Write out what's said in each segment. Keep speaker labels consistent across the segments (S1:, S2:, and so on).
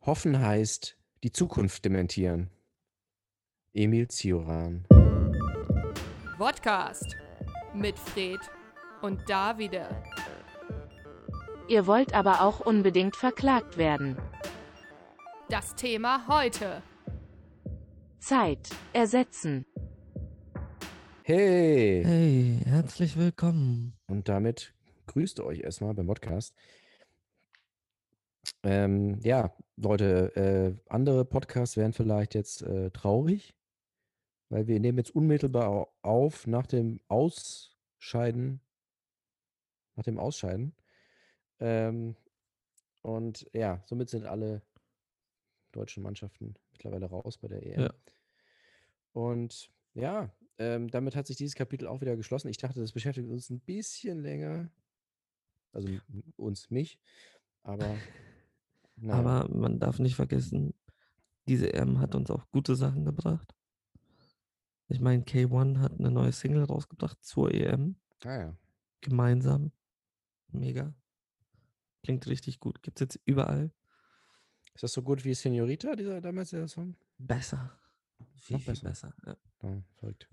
S1: Hoffen heißt die Zukunft dementieren. Emil Cioran.
S2: Podcast mit Fred und Davide.
S3: Ihr wollt aber auch unbedingt verklagt werden.
S2: Das Thema heute.
S3: Zeit. Ersetzen.
S1: Hey!
S4: Hey, herzlich willkommen.
S1: Und damit grüßt euch erstmal beim Podcast. Ähm, ja, Leute, äh, andere Podcasts wären vielleicht jetzt äh, traurig, weil wir nehmen jetzt unmittelbar au- auf nach dem Ausscheiden. Nach dem Ausscheiden. Ähm, und ja, somit sind alle deutschen Mannschaften mittlerweile raus bei der EM.
S4: Ja.
S1: Und ja, ähm, damit hat sich dieses Kapitel auch wieder geschlossen. Ich dachte, das beschäftigt uns ein bisschen länger. Also m- uns, mich. Aber. naja.
S4: Aber man darf nicht vergessen, diese EM hat uns auch gute Sachen gebracht. Ich meine, K1 hat eine neue Single rausgebracht zur EM.
S1: Ah ja.
S4: Gemeinsam. Mega. Klingt richtig gut. Gibt's jetzt überall.
S1: Ist das so gut wie Senorita, dieser damals der Song?
S4: Besser. Viel,
S1: Noch
S4: viel
S1: besser.
S4: besser. Ja.
S1: Ja, verrückt.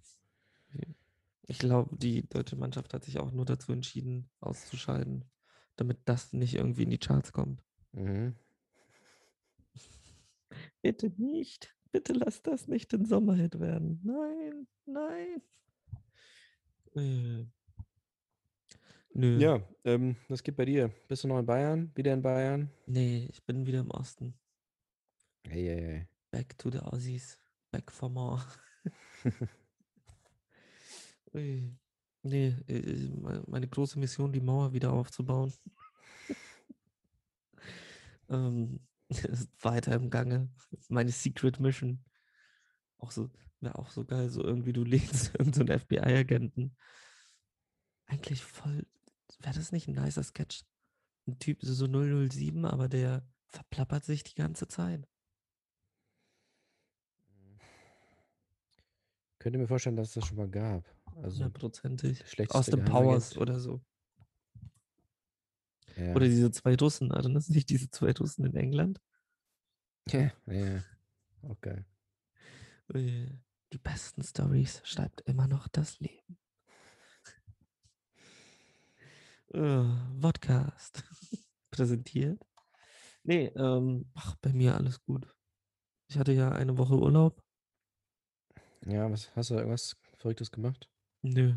S4: Ich glaube, die deutsche Mannschaft hat sich auch nur dazu entschieden, auszuschalten, damit das nicht irgendwie in die Charts kommt.
S1: Mhm.
S4: Bitte nicht. Bitte lass das nicht den Sommerhit werden. Nein, nein. Äh. Nö.
S1: Ja, ähm, was geht bei dir? Bist du noch in Bayern? Wieder in Bayern?
S4: Nee, ich bin wieder im Osten.
S1: Hey, hey,
S4: Back to the Aussies. Back for more. Ui. nee, äh, äh, me- meine große Mission, die Mauer wieder aufzubauen. ähm, ist weiter im Gange. Meine Secret Mission. Auch so, wäre auch so geil, so irgendwie du lädst irgendeinen FBI-Agenten. Eigentlich voll, wäre das nicht ein nicer Sketch? Ein Typ, so so 007, aber der verplappert sich die ganze Zeit.
S1: Könnt ihr mir vorstellen, dass es das schon mal gab? Also,
S4: Hundertprozentig.
S1: schlechteste
S4: Austin Powers
S1: Geheimagent.
S4: oder so.
S1: ja.
S4: Oder diese zwei Russen, erinnerst du dich, diese zwei Russen in England?
S1: ja, ja. Auch geil.
S4: Äh, Die besten Stories schreibt immer noch das Leben. Äh, Podcast präsentiert. Nee, ähm, ach, bei mir alles gut. Ich hatte ja eine Woche Urlaub.
S1: Ja, was, hast du da irgendwas Verrücktes gemacht?
S4: Nö.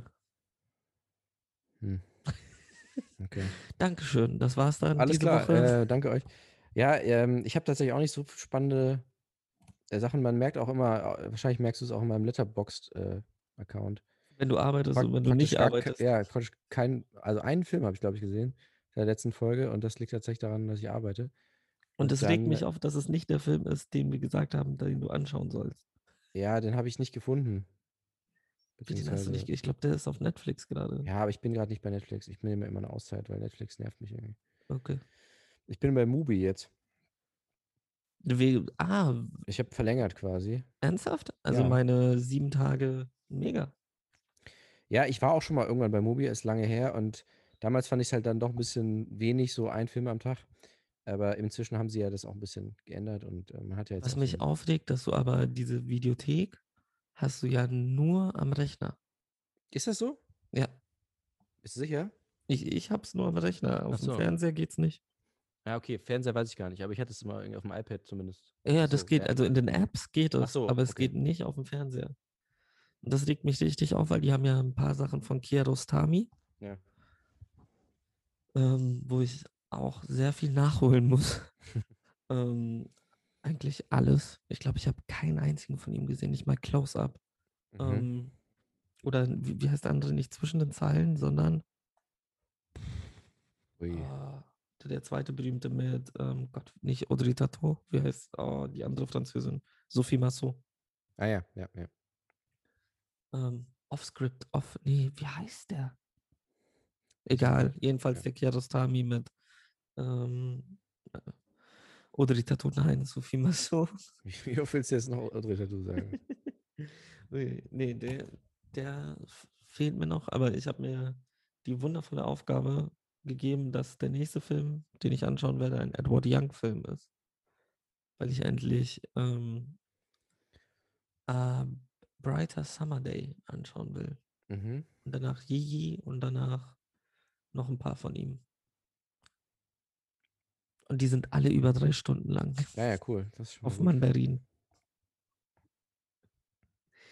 S1: Okay.
S4: Dankeschön, das war's dann
S1: Alles
S4: diese
S1: klar,
S4: Woche.
S1: äh, danke euch. Ja, ähm, ich habe tatsächlich auch nicht so spannende äh, Sachen. Man merkt auch immer, äh, wahrscheinlich merkst du es auch in meinem äh, Letterboxd-Account.
S4: wenn du arbeitest
S1: Prakt-
S4: und wenn du
S1: praktisch
S4: nicht
S1: gar ke-
S4: arbeitest.
S1: Ja, praktisch kein, also einen Film habe ich, glaube ich, gesehen in der letzten Folge und das liegt tatsächlich daran, dass ich arbeite.
S4: und es regt
S1: dann,
S4: mich
S1: äh,
S4: auf, dass es nicht der Film ist, den wir gesagt haben, den du anschauen sollst.
S1: Ja, den habe ich nicht gefunden.
S4: Wie, Den hast du
S1: Beziehungsweise-
S4: nicht, ge- ich glaube, der ist auf Netflix gerade.
S1: ja, aber ich bin gerade nicht bei Netflix. Ich nehme immer eine Auszeit, weil Netflix nervt mich irgendwie.
S4: Okay.
S1: Ich bin bei Mubi jetzt.
S4: We ah,
S1: Ich habe verlängert quasi.
S4: ernsthaft? Also
S1: Ja.
S4: meine sieben Tage, mega.
S1: Ja, ich war auch schon mal irgendwann bei Mubi, ist lange her und damals fand ich es halt dann doch ein bisschen wenig, so ein Film am Tag. Aber inzwischen haben sie ja das auch ein bisschen geändert und äh, man hat ja jetzt.
S4: Was
S1: so
S4: mich
S1: ein-
S4: aufregt, dass du aber diese Videothek hast du ja nur am Rechner.
S1: Ist das so?
S4: Ja,
S1: Bist du sicher?
S4: ich, ich hab's nur am Rechner. Auf
S1: Ach so.
S4: dem Fernseher geht's nicht.
S1: Ja, okay, Fernseher weiß ich gar nicht, aber ich hatte es mal irgendwie auf dem iPad zumindest.
S4: Ja,
S1: Ach
S4: das
S1: so,
S4: geht,
S1: ja.
S4: also in den Apps geht
S1: ähm, Ach
S4: es,
S1: so,
S4: aber es
S1: okay.
S4: geht nicht auf dem Fernseher. Und das regt mich richtig auf, weil die haben ja ein paar Sachen von Kiarostami,
S1: Ja.
S4: ähm, wo ich auch sehr viel nachholen muss. ähm, eigentlich alles. Ich glaube, ich habe keinen einzigen von ihm gesehen, nicht mal Close-Up.
S1: Mhm.
S4: Ähm, oder wie, wie heißt der andere? Nicht zwischen den Zeilen, sondern
S1: Ui.
S4: ah, der zweite berühmte mit, ähm, Gott, nicht Audrey Tato, wie heißt ah, die andere Französin? Sophie Massot.
S1: Ah ja, ja, ja.
S4: Ähm, Offscript, off, nee, wie heißt der? Egal, jedenfalls der Kiarostami mit ähm, äh, Audrey Tato, nein, Sophie Massot.
S1: Wie, wie oft willst du jetzt noch Audrey Tattoo sagen?
S4: Nee, nee, der, der f- fehlt mir noch, aber ich habe mir die wundervolle Aufgabe gegeben, dass der nächste Film, den ich anschauen werde, ein Edward Young-Film ist. weil ich endlich ähm, äh, Brighter Summer Day anschauen will.
S1: Mhm.
S4: Und danach Gigi und danach noch ein paar von ihm. Und die sind alle über drei Stunden lang
S1: Ja, ja, cool. Das ist schon mal
S4: auf
S1: gut.
S4: Mandarin.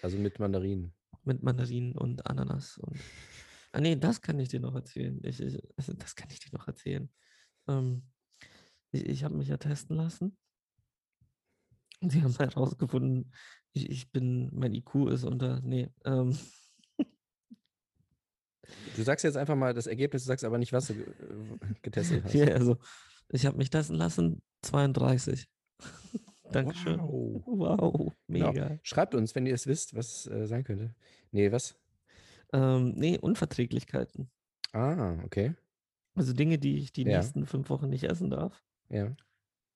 S1: Also mit Mandarinen.
S4: Mit Mandarinen und Ananas. Und ah nee, das kann ich dir noch erzählen. Ich, ich, also, das kann ich dir noch erzählen. Ähm, ich ich habe mich ja testen lassen. Und die haben herausgefunden, ich, ich bin, mein IQ ist unter, nee, ähm,
S1: Du sagst jetzt einfach mal das Ergebnis, du sagst aber nicht, was du ge- äh, getestet hast.
S4: Ja, also ich habe mich testen lassen, 32. Dankeschön.
S1: Wow.
S4: Wow,
S1: Genau.
S4: mega.
S1: Schreibt uns, wenn ihr es wisst, was äh, sein könnte. Nee, was?
S4: Ähm, nee, Unverträglichkeiten.
S1: Ah, okay.
S4: Also Dinge, die ich die
S1: Ja.
S4: nächsten fünf Wochen nicht essen darf.
S1: Ja.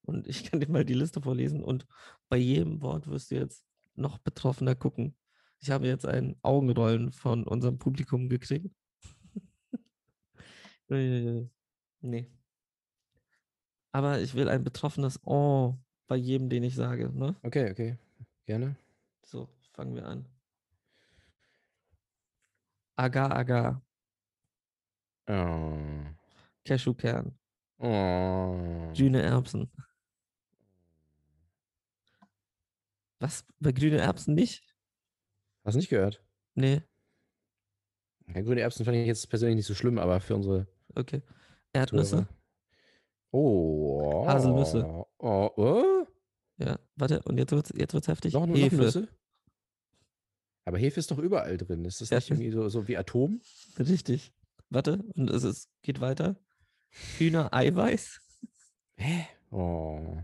S4: Und ich kann dir mal die Liste vorlesen und bei jedem Wort wirst du jetzt noch betroffener gucken. Ich habe jetzt ein Augenrollen von unserem Publikum gekriegt. Äh, nee. Aber ich will ein betroffenes Oh bei jedem, den ich sage. Ne?
S1: Okay, okay. Gerne.
S4: So, fangen wir an. Agar Agar,
S1: Oh.
S4: Cashewkern,
S1: Oh.
S4: grüne Erbsen. Was? Bei grüne Erbsen nicht?
S1: Hast du nicht gehört?
S4: Nee,
S1: Ja, grüne Erbsen fand ich jetzt persönlich nicht so schlimm, aber für unsere
S4: okay.
S1: Zuhörer.
S4: Erdnüsse?
S1: Oh.
S4: Haselnüsse.
S1: Oh, oh.
S4: Ja, warte, und jetzt wird's, jetzt wird's heftig.
S1: Noch, noch
S4: Hefe.
S1: Nüsse? Aber Hefe ist doch überall drin. Ist das
S4: Ja.
S1: nicht irgendwie so, so wie Atom?
S4: Richtig. Warte, und es ist, geht weiter. Hühnereiweiß,
S1: Hä? Oh.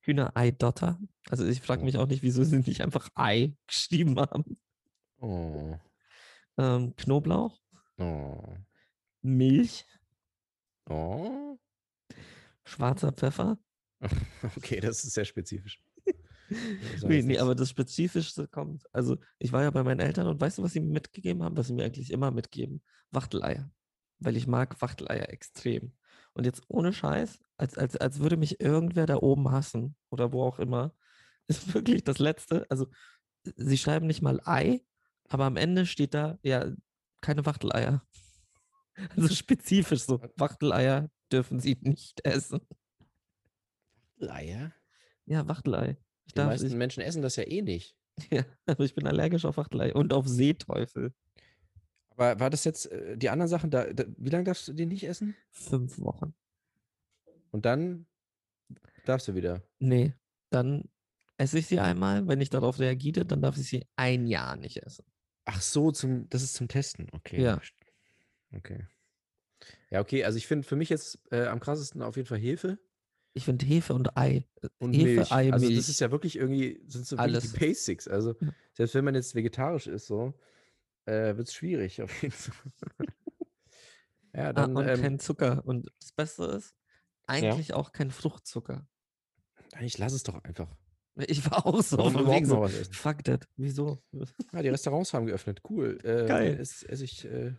S4: Hühnereidotter. Also ich frage mich auch nicht, wieso sie nicht einfach Ei geschrieben haben.
S1: Oh.
S4: Ähm, Knoblauch,
S1: Oh.
S4: Milch,
S1: Oh.
S4: schwarzer Pfeffer,
S1: Okay, das ist sehr spezifisch. Das war jetzt
S4: Nee, nee,
S1: nichts.
S4: aber das Spezifischste kommt. Also, ich war ja bei meinen Eltern und weißt du, was sie mir mitgegeben haben? Was sie mir eigentlich immer mitgeben? Wachteleier. Weil ich mag Wachteleier extrem. Und jetzt ohne Scheiß, als, als, als würde mich irgendwer da oben hassen oder wo auch immer, ist wirklich das Letzte. Also, sie schreiben nicht mal Ei, aber am Ende steht da, ja, keine Wachteleier. Also spezifisch
S1: Äh
S4: so. Wachteleier dürfen sie nicht essen.
S1: Eier?
S4: Ja, Wachtelei. Ich
S1: Die
S4: darf,
S1: meisten
S4: ich,
S1: Menschen essen das ja eh nicht.
S4: Ja, aber ich bin allergisch auf Wachtelei und auf Seeteufel.
S1: Aber war das jetzt äh, die anderen Sachen da, da? Wie lange darfst du die nicht essen?
S4: Fünf Wochen.
S1: Und dann darfst du wieder.
S4: Nee, dann esse ich sie einmal. Wenn ich darauf reagiere, dann darf ich sie ein Jahr nicht essen.
S1: Ach so, zum, das ist zum Testen. Okay.
S4: Ja.
S1: verst- Okay. Ja, okay. Also ich finde für mich jetzt äh, am krassesten auf jeden Fall Hefe
S4: Ich finde Hefe und Ei. äh,
S1: und
S4: Hefe,
S1: Milch.
S4: Ei,
S1: also das
S4: Milch.
S1: ist ja wirklich irgendwie sind so wirklich
S4: Alles.
S1: die Basics. Also
S4: Ja.
S1: selbst wenn man jetzt vegetarisch ist, so äh, wird es schwierig auf jeden Fall. ja, dann
S4: ah, und
S1: ähm,
S4: kein Zucker. Und das Beste ist, eigentlich auch kein Fruchtzucker.
S1: ich lasse es doch einfach.
S4: Ich war auch so.
S1: Warum
S4: von
S1: überhaupt
S4: wegen
S1: noch
S4: so
S1: was essen?
S4: Fuck that. Wieso?
S1: Ja, die Restaurants haben geöffnet. Cool. Äh,
S4: Geil.
S1: Esse ess ich äh,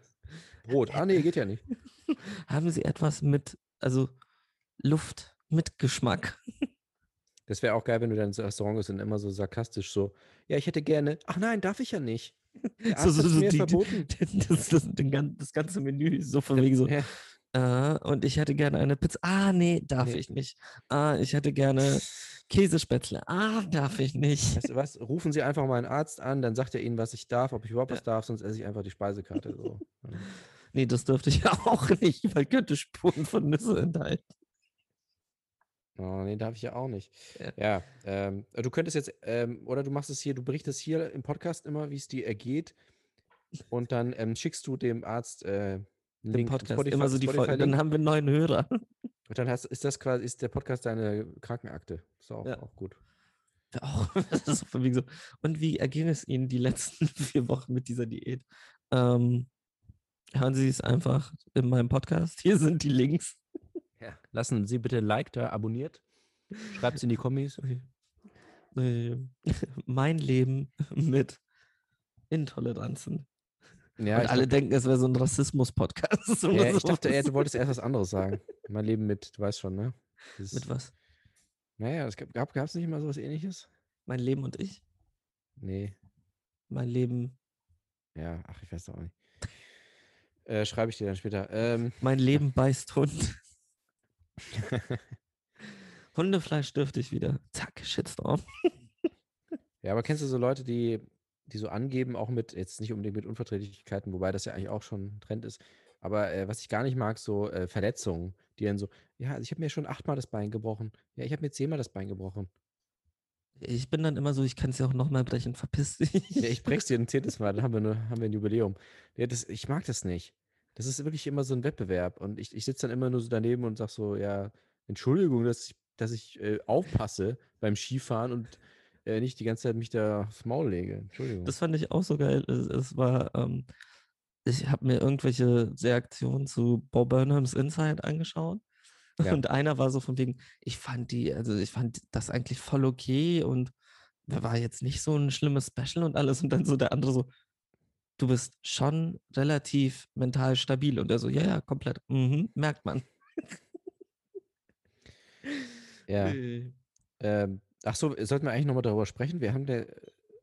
S1: Brot. Ah, nee, geht ja nicht.
S4: Haben sie etwas mit, also Luft mit Geschmack?
S1: Das wäre auch geil, wenn du dann ins Restaurant bist und immer so sarkastisch so, ja, ich hätte gerne. Ach nein, darf ich ja nicht. Der
S4: So-
S1: Arzt
S4: so-
S1: hat's
S4: so
S1: mir
S4: die- die-
S1: verboten.
S4: Das, das, den gan- das ganze Menü so von wegen so.
S1: Ja.
S4: Äh, und ich hätte gerne eine Pizza. Ah, nee, darf
S1: Nee.
S4: ich nicht. Ah, ich hätte gerne Käsespätzle. Ah, darf ich nicht.
S1: Weißt du was? Rufen Sie einfach mal einen Arzt an, dann sagt er Ihnen, was ich darf, ob ich überhaupt was darf, sonst esse ich einfach die Speisekarte. So. Ja.
S4: Nee, das dürfte ich auch nicht, weil könnte Spuren von Nüsse enthalten.
S1: Oh, nee, darf ich ja auch nicht.
S4: Ja.
S1: Ja, ähm, du könntest jetzt, ähm, oder du machst es hier, du berichtest hier im Podcast immer, wie es dir ergeht. Und dann ähm, schickst du dem Arzt äh, einen
S4: Im
S1: Link, einen
S4: Podcast immer so die Folgen. Dann
S1: Spotify-Link.
S4: haben wir einen neuen Hörer.
S1: Und dann hast, ist das quasi, ist der Podcast deine Krankenakte. Ist auch,
S4: Ja.
S1: auch gut.
S4: Auch, das ist von wegen so. Und wie erging es Ihnen die letzten vier Wochen mit dieser Diät? Ähm, hören Sie es einfach in meinem Podcast. Hier sind die Links.
S1: Lassen Sie bitte ein Like da, abonniert. Schreibt es in die Kommis.
S4: Äh, mein Leben mit Intoleranzen.
S1: Ja,
S4: und
S1: ich,
S4: alle
S1: dacht-
S4: denken, es wäre so ein Rassismus-Podcast. oder
S1: ja, ich dachte,
S4: sowas.
S1: ey, du wolltest erst was anderes sagen. Mein Leben mit, du weißt schon, ne? Dieses,
S4: Mit was?
S1: Naja, es gab es nicht mal sowas ähnliches?
S4: Mein Leben und ich.
S1: Nee.
S4: Mein Leben.
S1: Ja, ach, ich weiß doch auch nicht. Äh, Schreibe ich dir dann später. Ähm,
S4: Mein Leben beißt Hund. Hundefleisch dürfte ich wieder. Zack, Shitstorm.
S1: ja, aber kennst du so Leute, die, die so angeben, auch mit, jetzt nicht unbedingt mit Unverträglichkeiten, wobei das ja eigentlich auch schon ein Trend ist, aber äh, was ich gar nicht mag, so äh, Verletzungen, die dann so, ja, also ich habe mir schon achtmal das Bein gebrochen. Ja, ich habe mir zehnmal das Bein gebrochen.
S4: Ich bin dann immer so, ich kann es ja auch nochmal brechen, verpiss dich.
S1: Ja, ich brech's dir ein zehntes Mal, dann haben wir, ne, haben wir ein Jubiläum. Ja, das, ich mag das nicht. Das ist wirklich immer so ein Wettbewerb. Und ich, ich sitze dann immer nur so daneben und sag so, ja, Entschuldigung, dass ich, dass ich äh, aufpasse beim Skifahren und äh, nicht die ganze Zeit mich da aufs Maul lege. Entschuldigung.
S4: Das fand ich auch so geil. Es, es war, ähm, ich habe mir irgendwelche Reaktionen zu Bob Burnhams Inside angeschaut.
S1: Ja.
S4: Und einer war so von wegen, ich fand die, also ich fand das eigentlich voll okay und da war jetzt nicht so ein schlimmes Special und alles. Und dann so der andere so, du bist schon relativ mental stabil. Und er so, ja, ja, komplett. Mhm, merkt man.
S1: ja.
S4: Äh,
S1: Ähm, ach so, sollten wir eigentlich nochmal darüber sprechen? Wir haben der,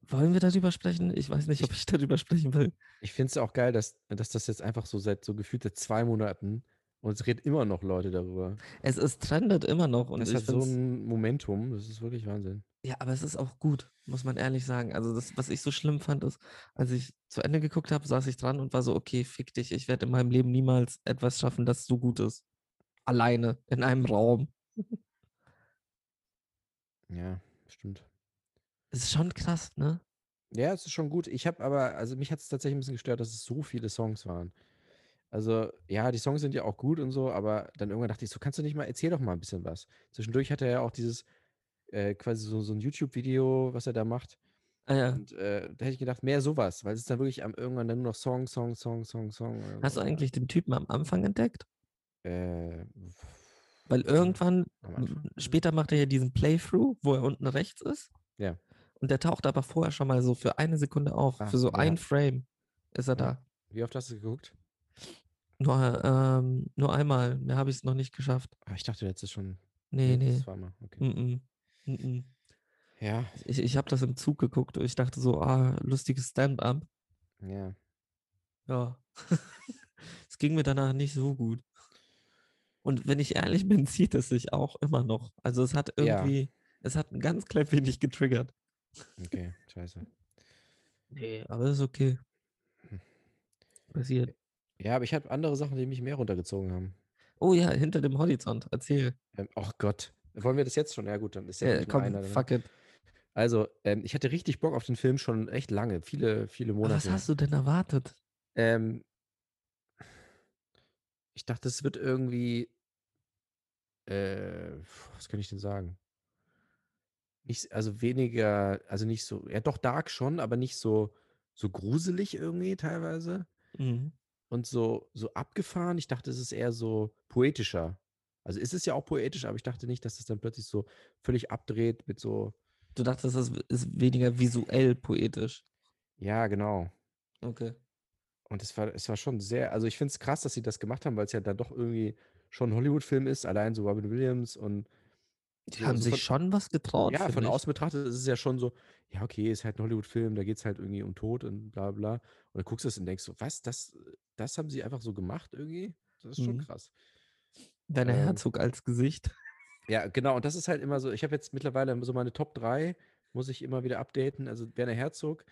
S4: Wollen wir darüber sprechen? Ich weiß nicht, ob ich darüber sprechen will.
S1: ich finde es auch geil, dass, dass das jetzt einfach so seit so gefühlt seit zwei Monaten und es reden immer noch Leute darüber.
S4: Es ist trendet immer noch und
S1: das
S4: ich
S1: hat so
S4: find's-
S1: ein Momentum, das ist wirklich Wahnsinn.
S4: Ja, aber es ist auch gut, muss man ehrlich sagen. Also das, was ich so schlimm fand, ist, als ich zu Ende geguckt habe, saß ich dran und war so, okay, fick dich, ich werde in meinem Leben niemals etwas schaffen, das so gut ist. Alleine, in einem Raum.
S1: Ja, stimmt.
S4: Es ist schon krass, ne?
S1: Ja, es ist schon gut. Ich habe aber, also mich hat es tatsächlich ein bisschen gestört, dass es so viele Songs waren. Also, ja, die Songs sind ja auch gut und so, aber dann irgendwann dachte ich, so kannst du nicht mal, erzähl doch mal ein bisschen was. Zwischendurch hat er ja auch dieses, äh, quasi so, so ein YouTube-Video, was er da macht.
S4: Ah, ja.
S1: Und äh, da hätte ich gedacht, mehr sowas, weil es ist dann wirklich am irgendwann dann nur noch Song, Song, Song, Song, Song. oder
S4: Hast du
S1: so, ja.
S4: eigentlich den Typen am Anfang entdeckt?
S1: Äh,
S4: Weil irgendwann,
S1: am
S4: m,
S1: Anfang?
S4: später macht er ja diesen Playthrough, wo er unten rechts ist.
S1: Ja.
S4: Und der taucht aber vorher schon mal so für eine Sekunde auf.
S1: Ah,
S4: für so
S1: ja.
S4: ein Frame ist er
S1: Ja.
S4: da.
S1: Wie oft hast du geguckt?
S4: Nur, ähm, nur einmal. Mehr habe ich es noch nicht geschafft.
S1: Ah, ich dachte, jetzt ist schon.
S4: Nee, nee. Hm.
S1: Zweimal. Okay.
S4: Mm-mm.
S1: mhm.
S4: Mm-mm.
S1: Ja,
S4: Ich, ich habe das im Zug geguckt und ich dachte so, ah, lustiges Stand-up.
S1: ja.
S4: Ja. es ging mir danach nicht so gut. Und wenn ich ehrlich bin, zieht es sich auch immer noch. Also es hat
S1: Ja.
S4: irgendwie, es hat ein ganz klein wenig getriggert.
S1: Okay, scheiße.
S4: Nee, aber ist okay.
S1: Hm.
S4: Passiert.
S1: Ja, aber ich habe andere Sachen, die mich mehr runtergezogen haben.
S4: Oh ja, hinter dem Horizont. Erzähl.
S1: Ähm, oh Gott. Wollen wir das jetzt schon? Ja, gut, dann ist ja
S4: Ja,
S1: nicht
S4: Äh, komm,
S1: nur einer. ne?
S4: fuck it.
S1: Also, ähm, ich hatte richtig Bock auf den Film schon echt lange, viele, viele
S4: Aber
S1: Monate.
S4: was hast du denn erwartet?
S1: Ähm, ich dachte, es wird irgendwie. Äh, pf, was kann ich denn sagen? Nicht, s- also weniger, also nicht so, ja doch dark schon, aber nicht so, so gruselig irgendwie teilweise
S4: Mhm.
S1: und so, so abgefahren. Ich dachte, es ist eher so poetischer. Also es ist ja auch poetisch, aber ich dachte nicht, dass es dann plötzlich so völlig abdreht mit so,
S4: Du dachtest, das ist weniger visuell poetisch.
S1: ja, genau.
S4: Okay.
S1: Und es war, es war schon sehr, also ich finde es krass, dass sie das gemacht haben, weil es ja dann doch irgendwie schon ein Hollywood-Film ist, allein so Robin Williams und
S4: Die
S1: so-
S4: haben
S1: also
S4: sich
S1: von,
S4: schon was getraut.
S1: Ja, von
S4: Oh, finde ich.
S1: außen betrachtet ist es ja schon so, ja, okay, ist halt ein Hollywood-Film, da geht es halt irgendwie um Tod und bla bla. Und dann guckst du es und denkst so, was, das, das haben sie einfach so gemacht irgendwie? Das ist schon
S4: Mhm.
S1: krass.
S4: Werner
S1: Ähm,
S4: Herzog als Gesicht.
S1: Ja, genau. Und das ist halt immer so. Ich habe jetzt mittlerweile so meine Top 3, muss ich immer wieder updaten. Also Werner Herzog,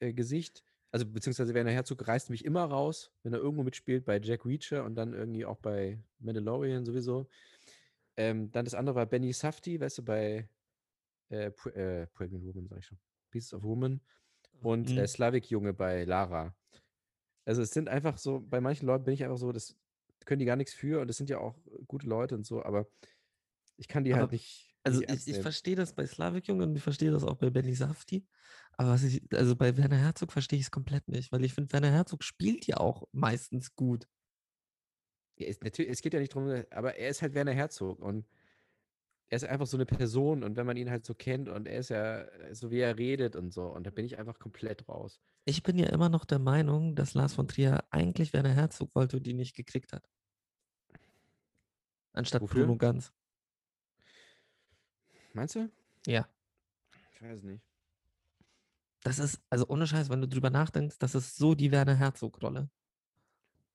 S1: äh, Gesicht. Also beziehungsweise Werner Herzog reißt mich immer raus, wenn er irgendwo mitspielt, bei Jack Reacher und dann irgendwie auch bei Mandalorian sowieso. Ähm, dann das andere war Benny Safdie, weißt du, bei äh, Pre äh, Pregnant Woman, sag ich schon. Pieces of Woman. Und
S4: Mhm.
S1: äh, Slavik Junge bei Lara. Also es sind einfach so, bei manchen Leuten bin ich einfach so, das können die gar nichts für und das sind ja auch äh, gute Leute und so, aber ich kann die
S4: Aber
S1: halt nicht.
S4: Also
S1: nicht ernst
S4: ich, ich
S1: nehmen.
S4: verstehe das bei Slavik Jung und ich verstehe das auch bei Benny Safti. Aber was ich, also bei Werner Herzog verstehe ich es komplett nicht, weil ich finde, Werner Herzog spielt ja auch meistens gut.
S1: Ja, es, natürlich, es geht ja nicht drum, aber er ist halt Werner Herzog und er ist einfach so eine Person und wenn man ihn halt so kennt und er ist ja äh, so, wie er redet und so und da bin ich einfach komplett raus.
S4: Ich bin ja immer noch der Meinung, dass Lars von Trier eigentlich Werner Herzog wollte und ihn nicht gekriegt hat. Anstatt
S1: Wofür?
S4: Bruno Ganz.
S1: Meinst du?
S4: Ja.
S1: Ich weiß nicht.
S4: Das ist, also ohne Scheiß, wenn du drüber nachdenkst, das ist so die Werner Herzog-Rolle.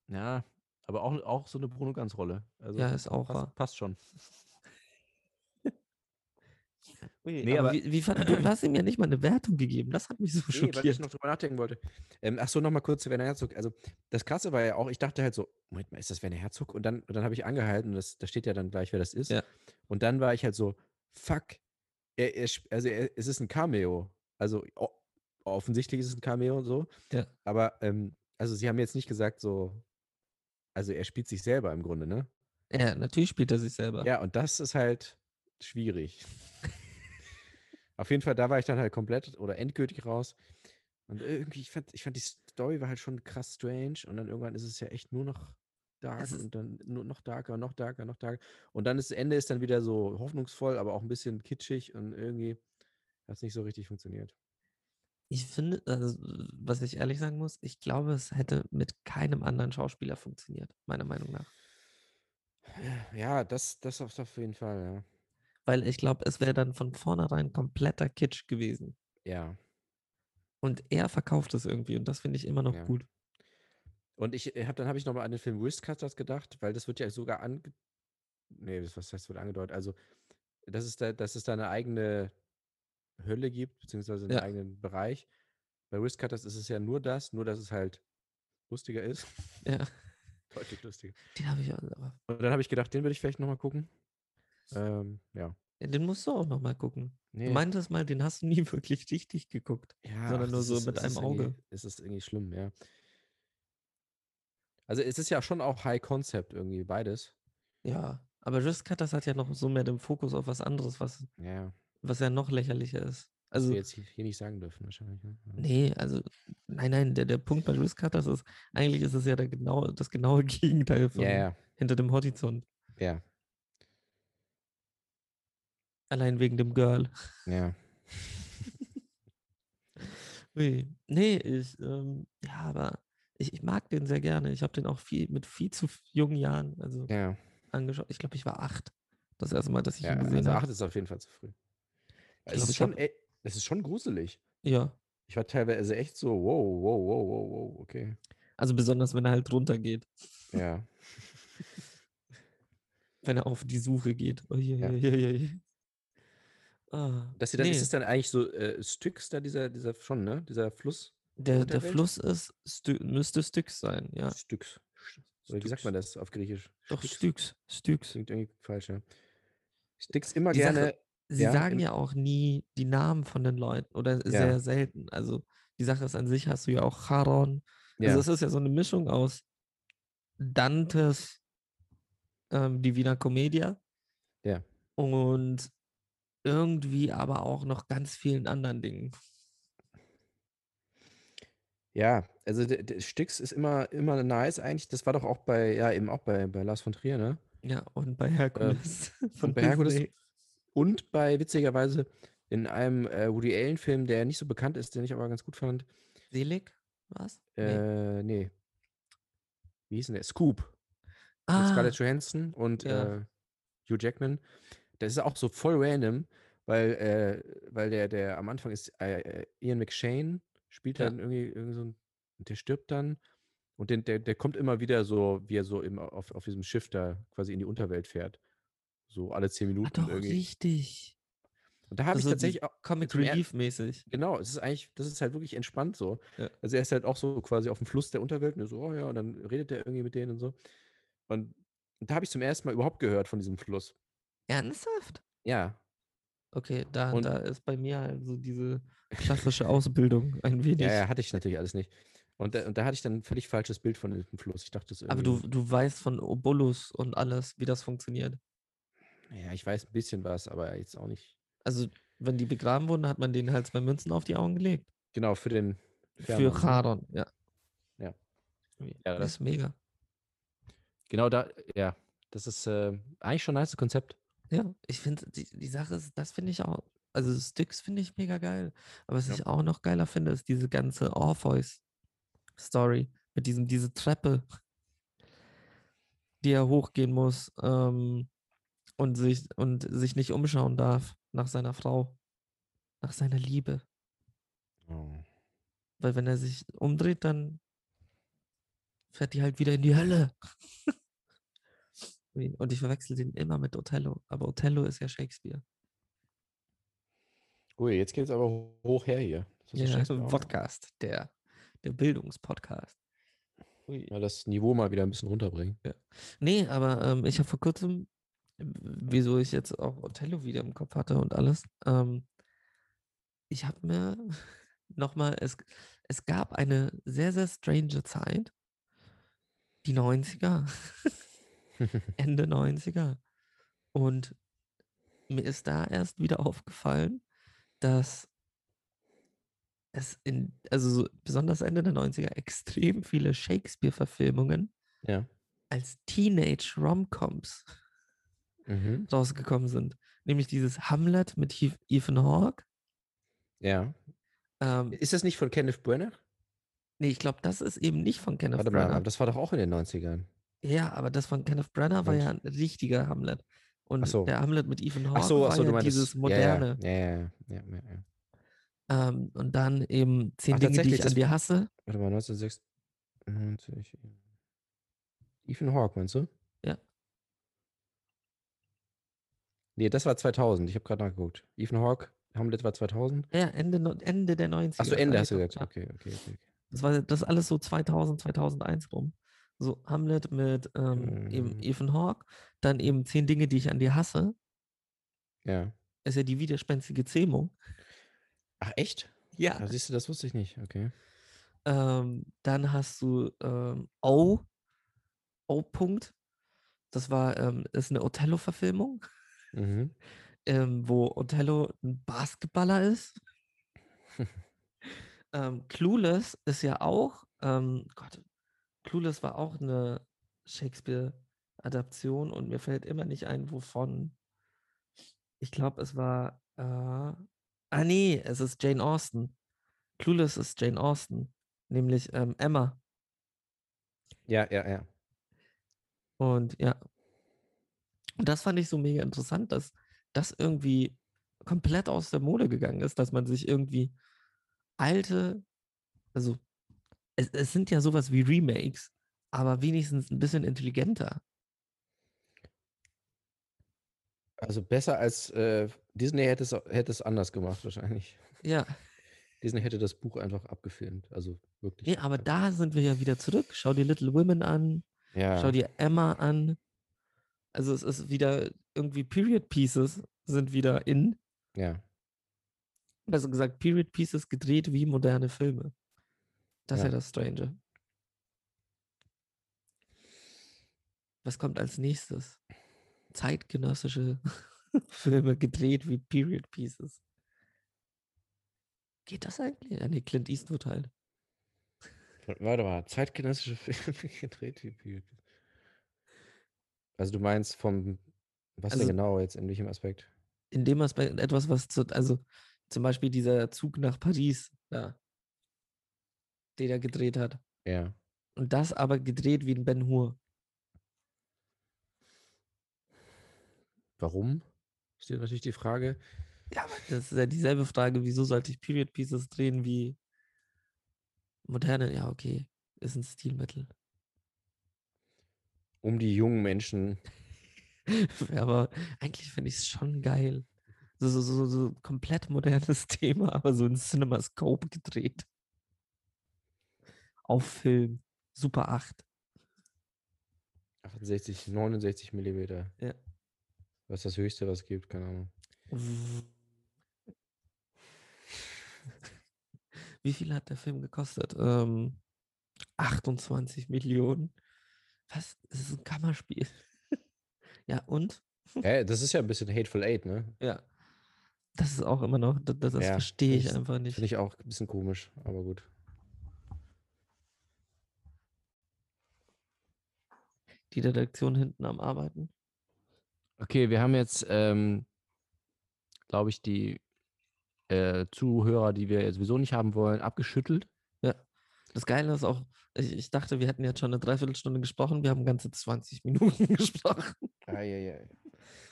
S1: Ja, aber auch, auch so eine Bruno Ganz-Rolle. Also
S4: Ja, ist auch wahr.
S1: passt, passt schon.
S4: Nee, aber, wie, wie, fand- du hast ihm ja nicht mal eine Wertung gegeben. Das hat mich so
S1: Nee, weil ich
S4: schockiert.
S1: noch drüber nachdenken wollte. Ähm, ach so, nochmal kurz zu Werner Herzog. Also, das Krasse war ja auch, ich dachte halt so, Moment mal, ist das Werner Herzog? Und dann, und dann habe ich angehalten, und das, da steht ja dann gleich, wer das ist.
S4: Ja.
S1: Und dann war ich halt so, fuck, er, er, sp- also er, es ist ein Cameo. Also, o- offensichtlich ist es ein Cameo und so.
S4: Ja.
S1: Aber, ähm, also, sie haben jetzt nicht gesagt, so, also er spielt sich selber im Grunde, ne?
S4: ja, natürlich spielt er sich selber.
S1: Ja, und das ist halt schwierig. Auf jeden Fall, da war ich dann halt komplett oder endgültig raus. Und irgendwie, ich fand, ich fand die Story war halt schon krass strange. Und dann irgendwann ist es ja echt nur noch dark
S4: Es ist-
S1: und dann nur noch darker, noch darker, noch darker. Und dann das Ende ist dann wieder so hoffnungsvoll, aber auch ein bisschen kitschig und irgendwie hat es nicht so richtig funktioniert.
S4: Ich finde, also, was ich ehrlich sagen muss, ich glaube, es hätte mit keinem anderen Schauspieler funktioniert, meiner Meinung nach.
S1: Ja, das, das auf auf jeden Fall,
S4: Weil ich glaube, es wäre dann von vornherein kompletter Kitsch gewesen.
S1: ja. Ja.
S4: Und er verkauft es irgendwie und das finde ich immer noch
S1: Ja.
S4: gut.
S1: Und ich habe dann habe ich nochmal an den Film Wristcutters gedacht, weil das wird ja sogar ange nee, das- was heißt wird angedeutet, also dass es da dass es da eine eigene Hölle gibt, beziehungsweise einen
S4: Ja.
S1: eigenen Bereich. Bei Wristcutters ist es ja nur das, nur dass es halt lustiger ist,
S4: Ja,
S1: deutlich lustiger.
S4: den habe ich auch. aber
S1: Und dann habe ich gedacht, den würde ich vielleicht nochmal gucken. Ähm, ja.
S4: Den musst du auch nochmal gucken.
S1: Nee,
S4: Du meintest mal, den hast du nie wirklich richtig geguckt.
S1: ja,
S4: sondern nur
S1: es
S4: so mit
S1: es
S4: einem
S1: irgendwie-
S4: Auge.
S1: Es ist irgendwie schlimm, ja. Also es ist ja schon auch High Concept irgendwie, beides.
S4: Ja, aber Risk Cutters hat ja noch so mehr den Fokus auf was anderes, was,
S1: Ja, ja.
S4: was ja noch lächerlicher ist.
S1: Was
S4: Also,
S1: wir jetzt hi- hier nicht sagen dürfen wahrscheinlich. Ne? Ja.
S4: nee, also, nein, nein, der, der Punkt bei Risk Cutters ist, eigentlich ist es ja der genau, das genaue Gegenteil von
S1: Ja, ja,
S4: hinter dem Horizont.
S1: ja,
S4: Allein wegen dem Girl.
S1: ja.
S4: Ui. Nee, ich, ähm, ja, aber ich, ich mag den sehr gerne. Ich habe den auch viel mit viel zu f- jungen Jahren also
S1: ja.
S4: angeschaut. Ich glaube, ich war acht. Das erste Mal, dass ich
S1: ja
S4: ihn gesehen
S1: also
S4: habe.
S1: acht ist auf jeden Fall zu früh.
S4: Ich
S1: es,
S4: glaub,
S1: ist
S4: ich hab-
S1: schon, e- es ist schon gruselig.
S4: Ja.
S1: Ich war teilweise echt so, wow, wow, wow, wow, wow, okay.
S4: Also besonders, wenn er halt runtergeht.
S1: Ja.
S4: Wenn er auf die Suche geht. Oh, je,
S1: Ja.
S4: je, je, je, je. Ah,
S1: Das hier, dann,
S4: nee,
S1: Ist es dann eigentlich so äh, Styx da, dieser, dieser schon, ne? Dieser Fluss?
S4: der, der
S1: Unterwelt?
S4: Fluss ist, Stü- müsste Styx sein, ja.
S1: Styx. Oder wie sagt
S4: Styx.
S1: man das auf Griechisch?
S4: Doch,
S1: Styx.
S4: Styx, Styx.
S1: Klingt irgendwie falsch, ja. Styx immer
S4: Die Sache-
S1: gerne.
S4: Sie
S1: Ja,
S4: sagen
S1: in-
S4: ja auch nie die Namen von den Leuten oder sehr selten. Also die Sache ist an sich, hast du ja auch Charon.
S1: Ja,
S4: Also es ist ja so eine Mischung aus Dantes ähm, Divina Commedia
S1: Ja.
S4: und irgendwie aber auch noch ganz vielen anderen Dingen.
S1: ja, also der, der Styx ist immer, immer nice eigentlich. Das war doch auch bei, ja, eben auch bei, bei Lars von Trier, ne?
S4: Ja, und bei Herkules. von
S1: bei Herkules-
S4: Disney.
S1: Und bei witzigerweise in einem äh, Woody Allen-Film, der nicht so bekannt ist, den ich aber ganz gut fand.
S4: Selig? Was? Nee.
S1: Äh, nee. Wie hieß denn der? Scoop. Mit
S4: Ah,
S1: Scarlett Johansson und
S4: ja.
S1: äh, Hugh Jackman. Das ist auch so voll random, weil, äh, weil der, der am Anfang ist, äh, äh, Ian McShane spielt
S4: Ja.
S1: dann irgendwie, irgendwie so ein, und der stirbt dann. Und den, der, der kommt immer wieder so, wie er so im, auf, auf diesem Schiff da quasi in die Unterwelt fährt. So alle zehn
S4: ah,
S1: Minuten
S4: doch,
S1: irgendwie.
S4: richtig.
S1: Und da habe ich
S4: Also die
S1: tatsächlich auch,
S4: Comic
S1: zum Er-
S4: Relief mäßig.
S1: Genau, es ist eigentlich, das ist halt wirklich entspannt so.
S4: Ja.
S1: Also er ist halt auch so quasi auf dem Fluss der Unterwelt und er so, oh ja, und dann redet er irgendwie mit denen und so. Und da habe ich zum ersten Mal überhaupt gehört von diesem Fluss.
S4: Ernsthaft?
S1: Ja.
S4: Okay, da,
S1: Und-
S4: da ist bei mir also diese klassische Ausbildung ein wenig.
S1: Ja, ja, hatte ich natürlich alles nicht. Und da, und da hatte ich dann ein völlig falsches Bild von diesem Fluss. Ich dachte, das ist
S4: Aber du,
S1: irgendwie-
S4: du weißt von Obolus und alles, wie das funktioniert.
S1: Ja, ich weiß ein bisschen was, aber jetzt auch nicht.
S4: Also, wenn die begraben wurden, hat man denen halt zwei Münzen auf die Augen gelegt.
S1: Genau, für den.
S4: Für
S1: Fährmann, ne?
S4: Charon, ja.
S1: Ja.
S4: Ui,
S1: Ja,
S4: das ist mega.
S1: Genau da, ja. Das ist äh, eigentlich schon ein nice Konzept.
S4: Ja, ich finde, die, die Sache ist, das finde ich auch, also Sticks finde ich mega geil. Aber was
S1: Ja.
S4: ich auch noch geiler finde, ist diese ganze Orpheus-Story mit diesem, diese Treppe, die er hochgehen muss. Ähm, und sich, und sich nicht umschauen darf nach seiner Frau, nach seiner Liebe.
S1: Oh.
S4: Weil wenn er sich umdreht, dann fährt die halt wieder in die Hölle. Wie- Und ich verwechsel den immer mit Othello. Aber Othello ist ja Shakespeare.
S1: Ui, jetzt geht's aber ho- hoch her hier. Das ist
S4: Ja,
S1: schlecht,
S4: ein
S1: ja.
S4: Podcast, der, der Bildungspodcast. Ui.
S1: Mal das Niveau mal wieder ein bisschen runterbringen.
S4: Nee, aber ähm, ich habe vor kurzem, w- wieso ich jetzt auch Othello wieder im Kopf hatte und alles, ähm, ich habe mir nochmal, es, es gab eine sehr, sehr strange Zeit, die 90er, Ende 90er. Und mir ist da erst wieder aufgefallen, dass es in, also so, besonders Ende der 90er, extrem viele Shakespeare-Verfilmungen
S1: Ja.
S4: als Teenage Romcoms
S1: Mhm.
S4: rausgekommen sind. Nämlich dieses Hamlet mit Heath- Ethan Hawke.
S1: Ja.
S4: Ähm,
S1: Ist das nicht von Kenneth Branagh?
S4: nee, ich glaube, das ist eben nicht von Kenneth
S1: Warte mal,
S4: Branagh.
S1: aber das war doch auch in den 90ern.
S4: ja, aber das von Kenneth Branagh war
S1: Moment.
S4: ja ein richtiger Hamlet. Und
S1: so.
S4: der Hamlet mit Ethan Hawke
S1: Ach so,
S4: Oh, war
S1: ach so,
S4: ja
S1: du meinst
S4: dieses moderne.
S1: Ja, ja, ja. ja, ja, ja.
S4: Ähm, und dann eben zehn
S1: Ach,
S4: Dinge, die
S1: tatsächlich,
S4: ich
S1: das-
S4: an dir hasse.
S1: Warte mal, 1996. Ethan Hawke, meinst du?
S4: Ja.
S1: Nee, das war 2000. Ich habe gerade nachgeguckt. Ethan Hawke, Hamlet war 2000.
S4: Ja, Ende, no- Ende der 90er.
S1: Achso, Ende hast du
S4: Zeit,
S1: gesagt.
S4: ja.
S1: Okay, okay, okay.
S4: Das war das ist alles so 2000, 2001 rum. So Hamlet mit ähm, eben
S1: Mm.
S4: Ethan Hawke. Dann eben zehn Dinge, die ich an dir hasse.
S1: okay. Ja.
S4: ist ja die widerspenstige Zemo.
S1: Ach, echt?
S4: Ja.
S1: Ja, siehst du, das wusste ich nicht. Okay.
S4: Ähm, dann hast du ähm, O. O-Punkt. Das war, ähm, ist eine Othello-Verfilmung,
S1: Mhm.
S4: ähm, wo Othello ein Basketballer ist. ähm, Clueless ist ja auch, ähm, Gott, Clueless war auch eine Shakespeare-Adaption und mir fällt immer nicht ein, wovon. Ich glaube, es war, äh, ah nee, es ist Jane Austen. Clueless ist Jane Austen, nämlich ähm, Emma.
S1: Ja, ja, ja.
S4: Und ja. Und das fand ich so mega interessant, dass das irgendwie komplett aus der Mode gegangen ist, dass man sich irgendwie alte, also es, es sind ja sowas wie Remakes, aber wenigstens ein bisschen intelligenter.
S1: Also besser als äh, Disney hätte es, hätte es anders gemacht, wahrscheinlich.
S4: Ja,
S1: Disney hätte das Buch einfach abgefilmt. Also wirklich.
S4: nee, aber da sind wir ja wieder zurück. Schau dir Little Women an,
S1: ja.
S4: schau dir Emma an. Also es ist wieder irgendwie Period Pieces sind wieder in,
S1: ja.
S4: besser gesagt Period Pieces gedreht wie moderne Filme. Das ist ja
S1: Ja.
S4: das Strange. Was kommt als nächstes? Zeitgenössische Filme gedreht wie Period Pieces. Geht das eigentlich? Ja, nee, Clint Eastwood halt.
S1: Warte mal, zeitgenössische Filme gedreht wie Period Piece. Also du meinst vom, was
S4: Also-
S1: denn genau jetzt, in welchem Aspekt?
S4: In dem Aspekt etwas, was zu, also zum Beispiel dieser Zug nach Paris, da, den er gedreht hat.
S1: Ja.
S4: Und das aber gedreht wie ein Ben Hur.
S1: Warum? Ist dir natürlich die Frage.
S4: Ja, aber das ist ja dieselbe Frage, wieso sollte ich Period Pieces drehen wie moderne? Ja, okay, ist ein Stilmittel.
S1: um die jungen Menschen.
S4: aber eigentlich finde ich es schon geil. So, so, so, so komplett modernes Thema, aber so in CinemaScope gedreht. Auf Film. Super 8.
S1: 68, 69 Millimeter.
S4: Ja.
S1: Was das höchste, was es gibt, keine Ahnung.
S4: Wie viel hat der Film gekostet? Ähm, 28 Millionen. Was? Das ist ein Kammerspiel. ja, und?
S1: Hä, das ist ja ein bisschen Hateful Eight, ne?
S4: Ja. Das ist auch immer noch, das, das das
S1: Ja,
S4: verstehe ich
S1: das
S4: einfach nicht.
S1: Finde ich auch ein bisschen komisch, aber gut.
S4: Die Redaktion hinten am Arbeiten.
S1: Okay, wir haben jetzt, ähm, glaube ich, die äh, Zuhörer, die wir sowieso nicht haben wollen, abgeschüttelt.
S4: Das Geile ist auch, ich, ich dachte, wir hätten jetzt schon eine Dreiviertelstunde gesprochen, wir haben ganze 20 Minuten gesprochen.
S1: Ah, ja, ja.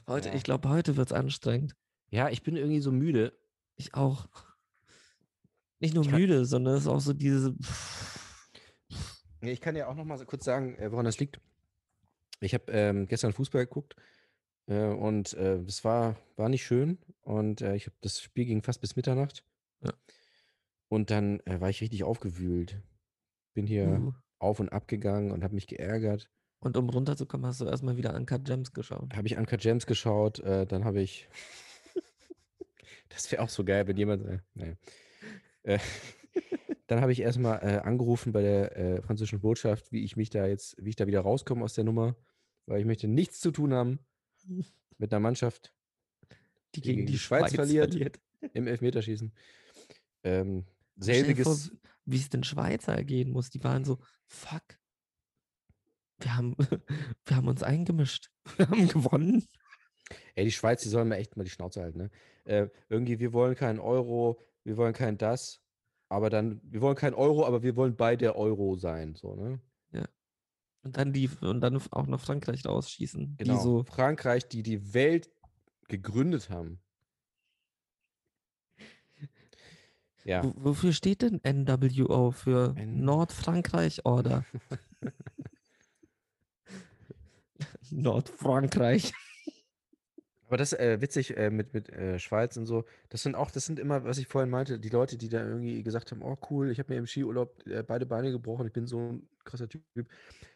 S4: Heute,
S1: Ja.
S4: ich glaube, heute wird es anstrengend.
S1: Ja, ich bin irgendwie so müde.
S4: Ich auch. Nicht nur
S1: Ich kann-
S4: müde, sondern es ist auch so diese.
S1: Nee, Ich kann ja auch noch mal so kurz sagen, äh, woran das liegt. Ich habe ähm, gestern Fußball geguckt äh, und äh, es war, war nicht schön. Und äh, ich habe das Spiel ging fast bis Mitternacht.
S4: Ja.
S1: Und dann äh, war ich richtig aufgewühlt. Bin hier
S4: Uh.
S1: auf und ab gegangen und habe mich geärgert.
S4: Und um runterzukommen, hast du erstmal wieder Uncut Gems geschaut.
S1: Habe ich Anka James geschaut, äh, dann habe ich. das wäre auch so geil, wenn jemand. Äh, naja. äh, dann habe ich erstmal äh, angerufen bei der äh, französischen Botschaft, wie ich mich da jetzt, wie ich da wieder rauskomme aus der Nummer, weil ich möchte nichts zu tun haben mit einer Mannschaft
S4: Die
S1: gegen die Schweiz verliert. im Elfmeterschießen. Ähm,
S4: Stell dir vor,
S1: selbiges.
S4: Wie es den Schweizer gehen muss. Die waren so, fuck. Wir haben, wir haben uns eingemischt. Wir haben gewonnen.
S1: Ey, die Schweiz, die sollen mir echt mal die Schnauze halten, ne? Äh, irgendwie, wir wollen keinen Euro, wir wollen kein das, aber dann, wir wollen keinen Euro, aber wir wollen bei der Euro sein, so, ne?
S4: Und dann die, und dann auch noch Frankreich rausschießen. Die
S1: Genau.
S4: so,
S1: Frankreich, die die Welt gegründet haben. Ja.
S4: "Wo- wofür steht denn NWO für
S1: N-
S4: Nordfrankreich Order? Nordfrankreich.
S1: Aber das äh, witzig äh, mit, mit äh, Schweiz und so. Das sind auch, das sind immer, was ich vorhin meinte, die Leute, die da irgendwie gesagt haben, oh cool, ich habe mir im Skiurlaub äh, beide Beine gebrochen, ich bin so ein krasser Typ.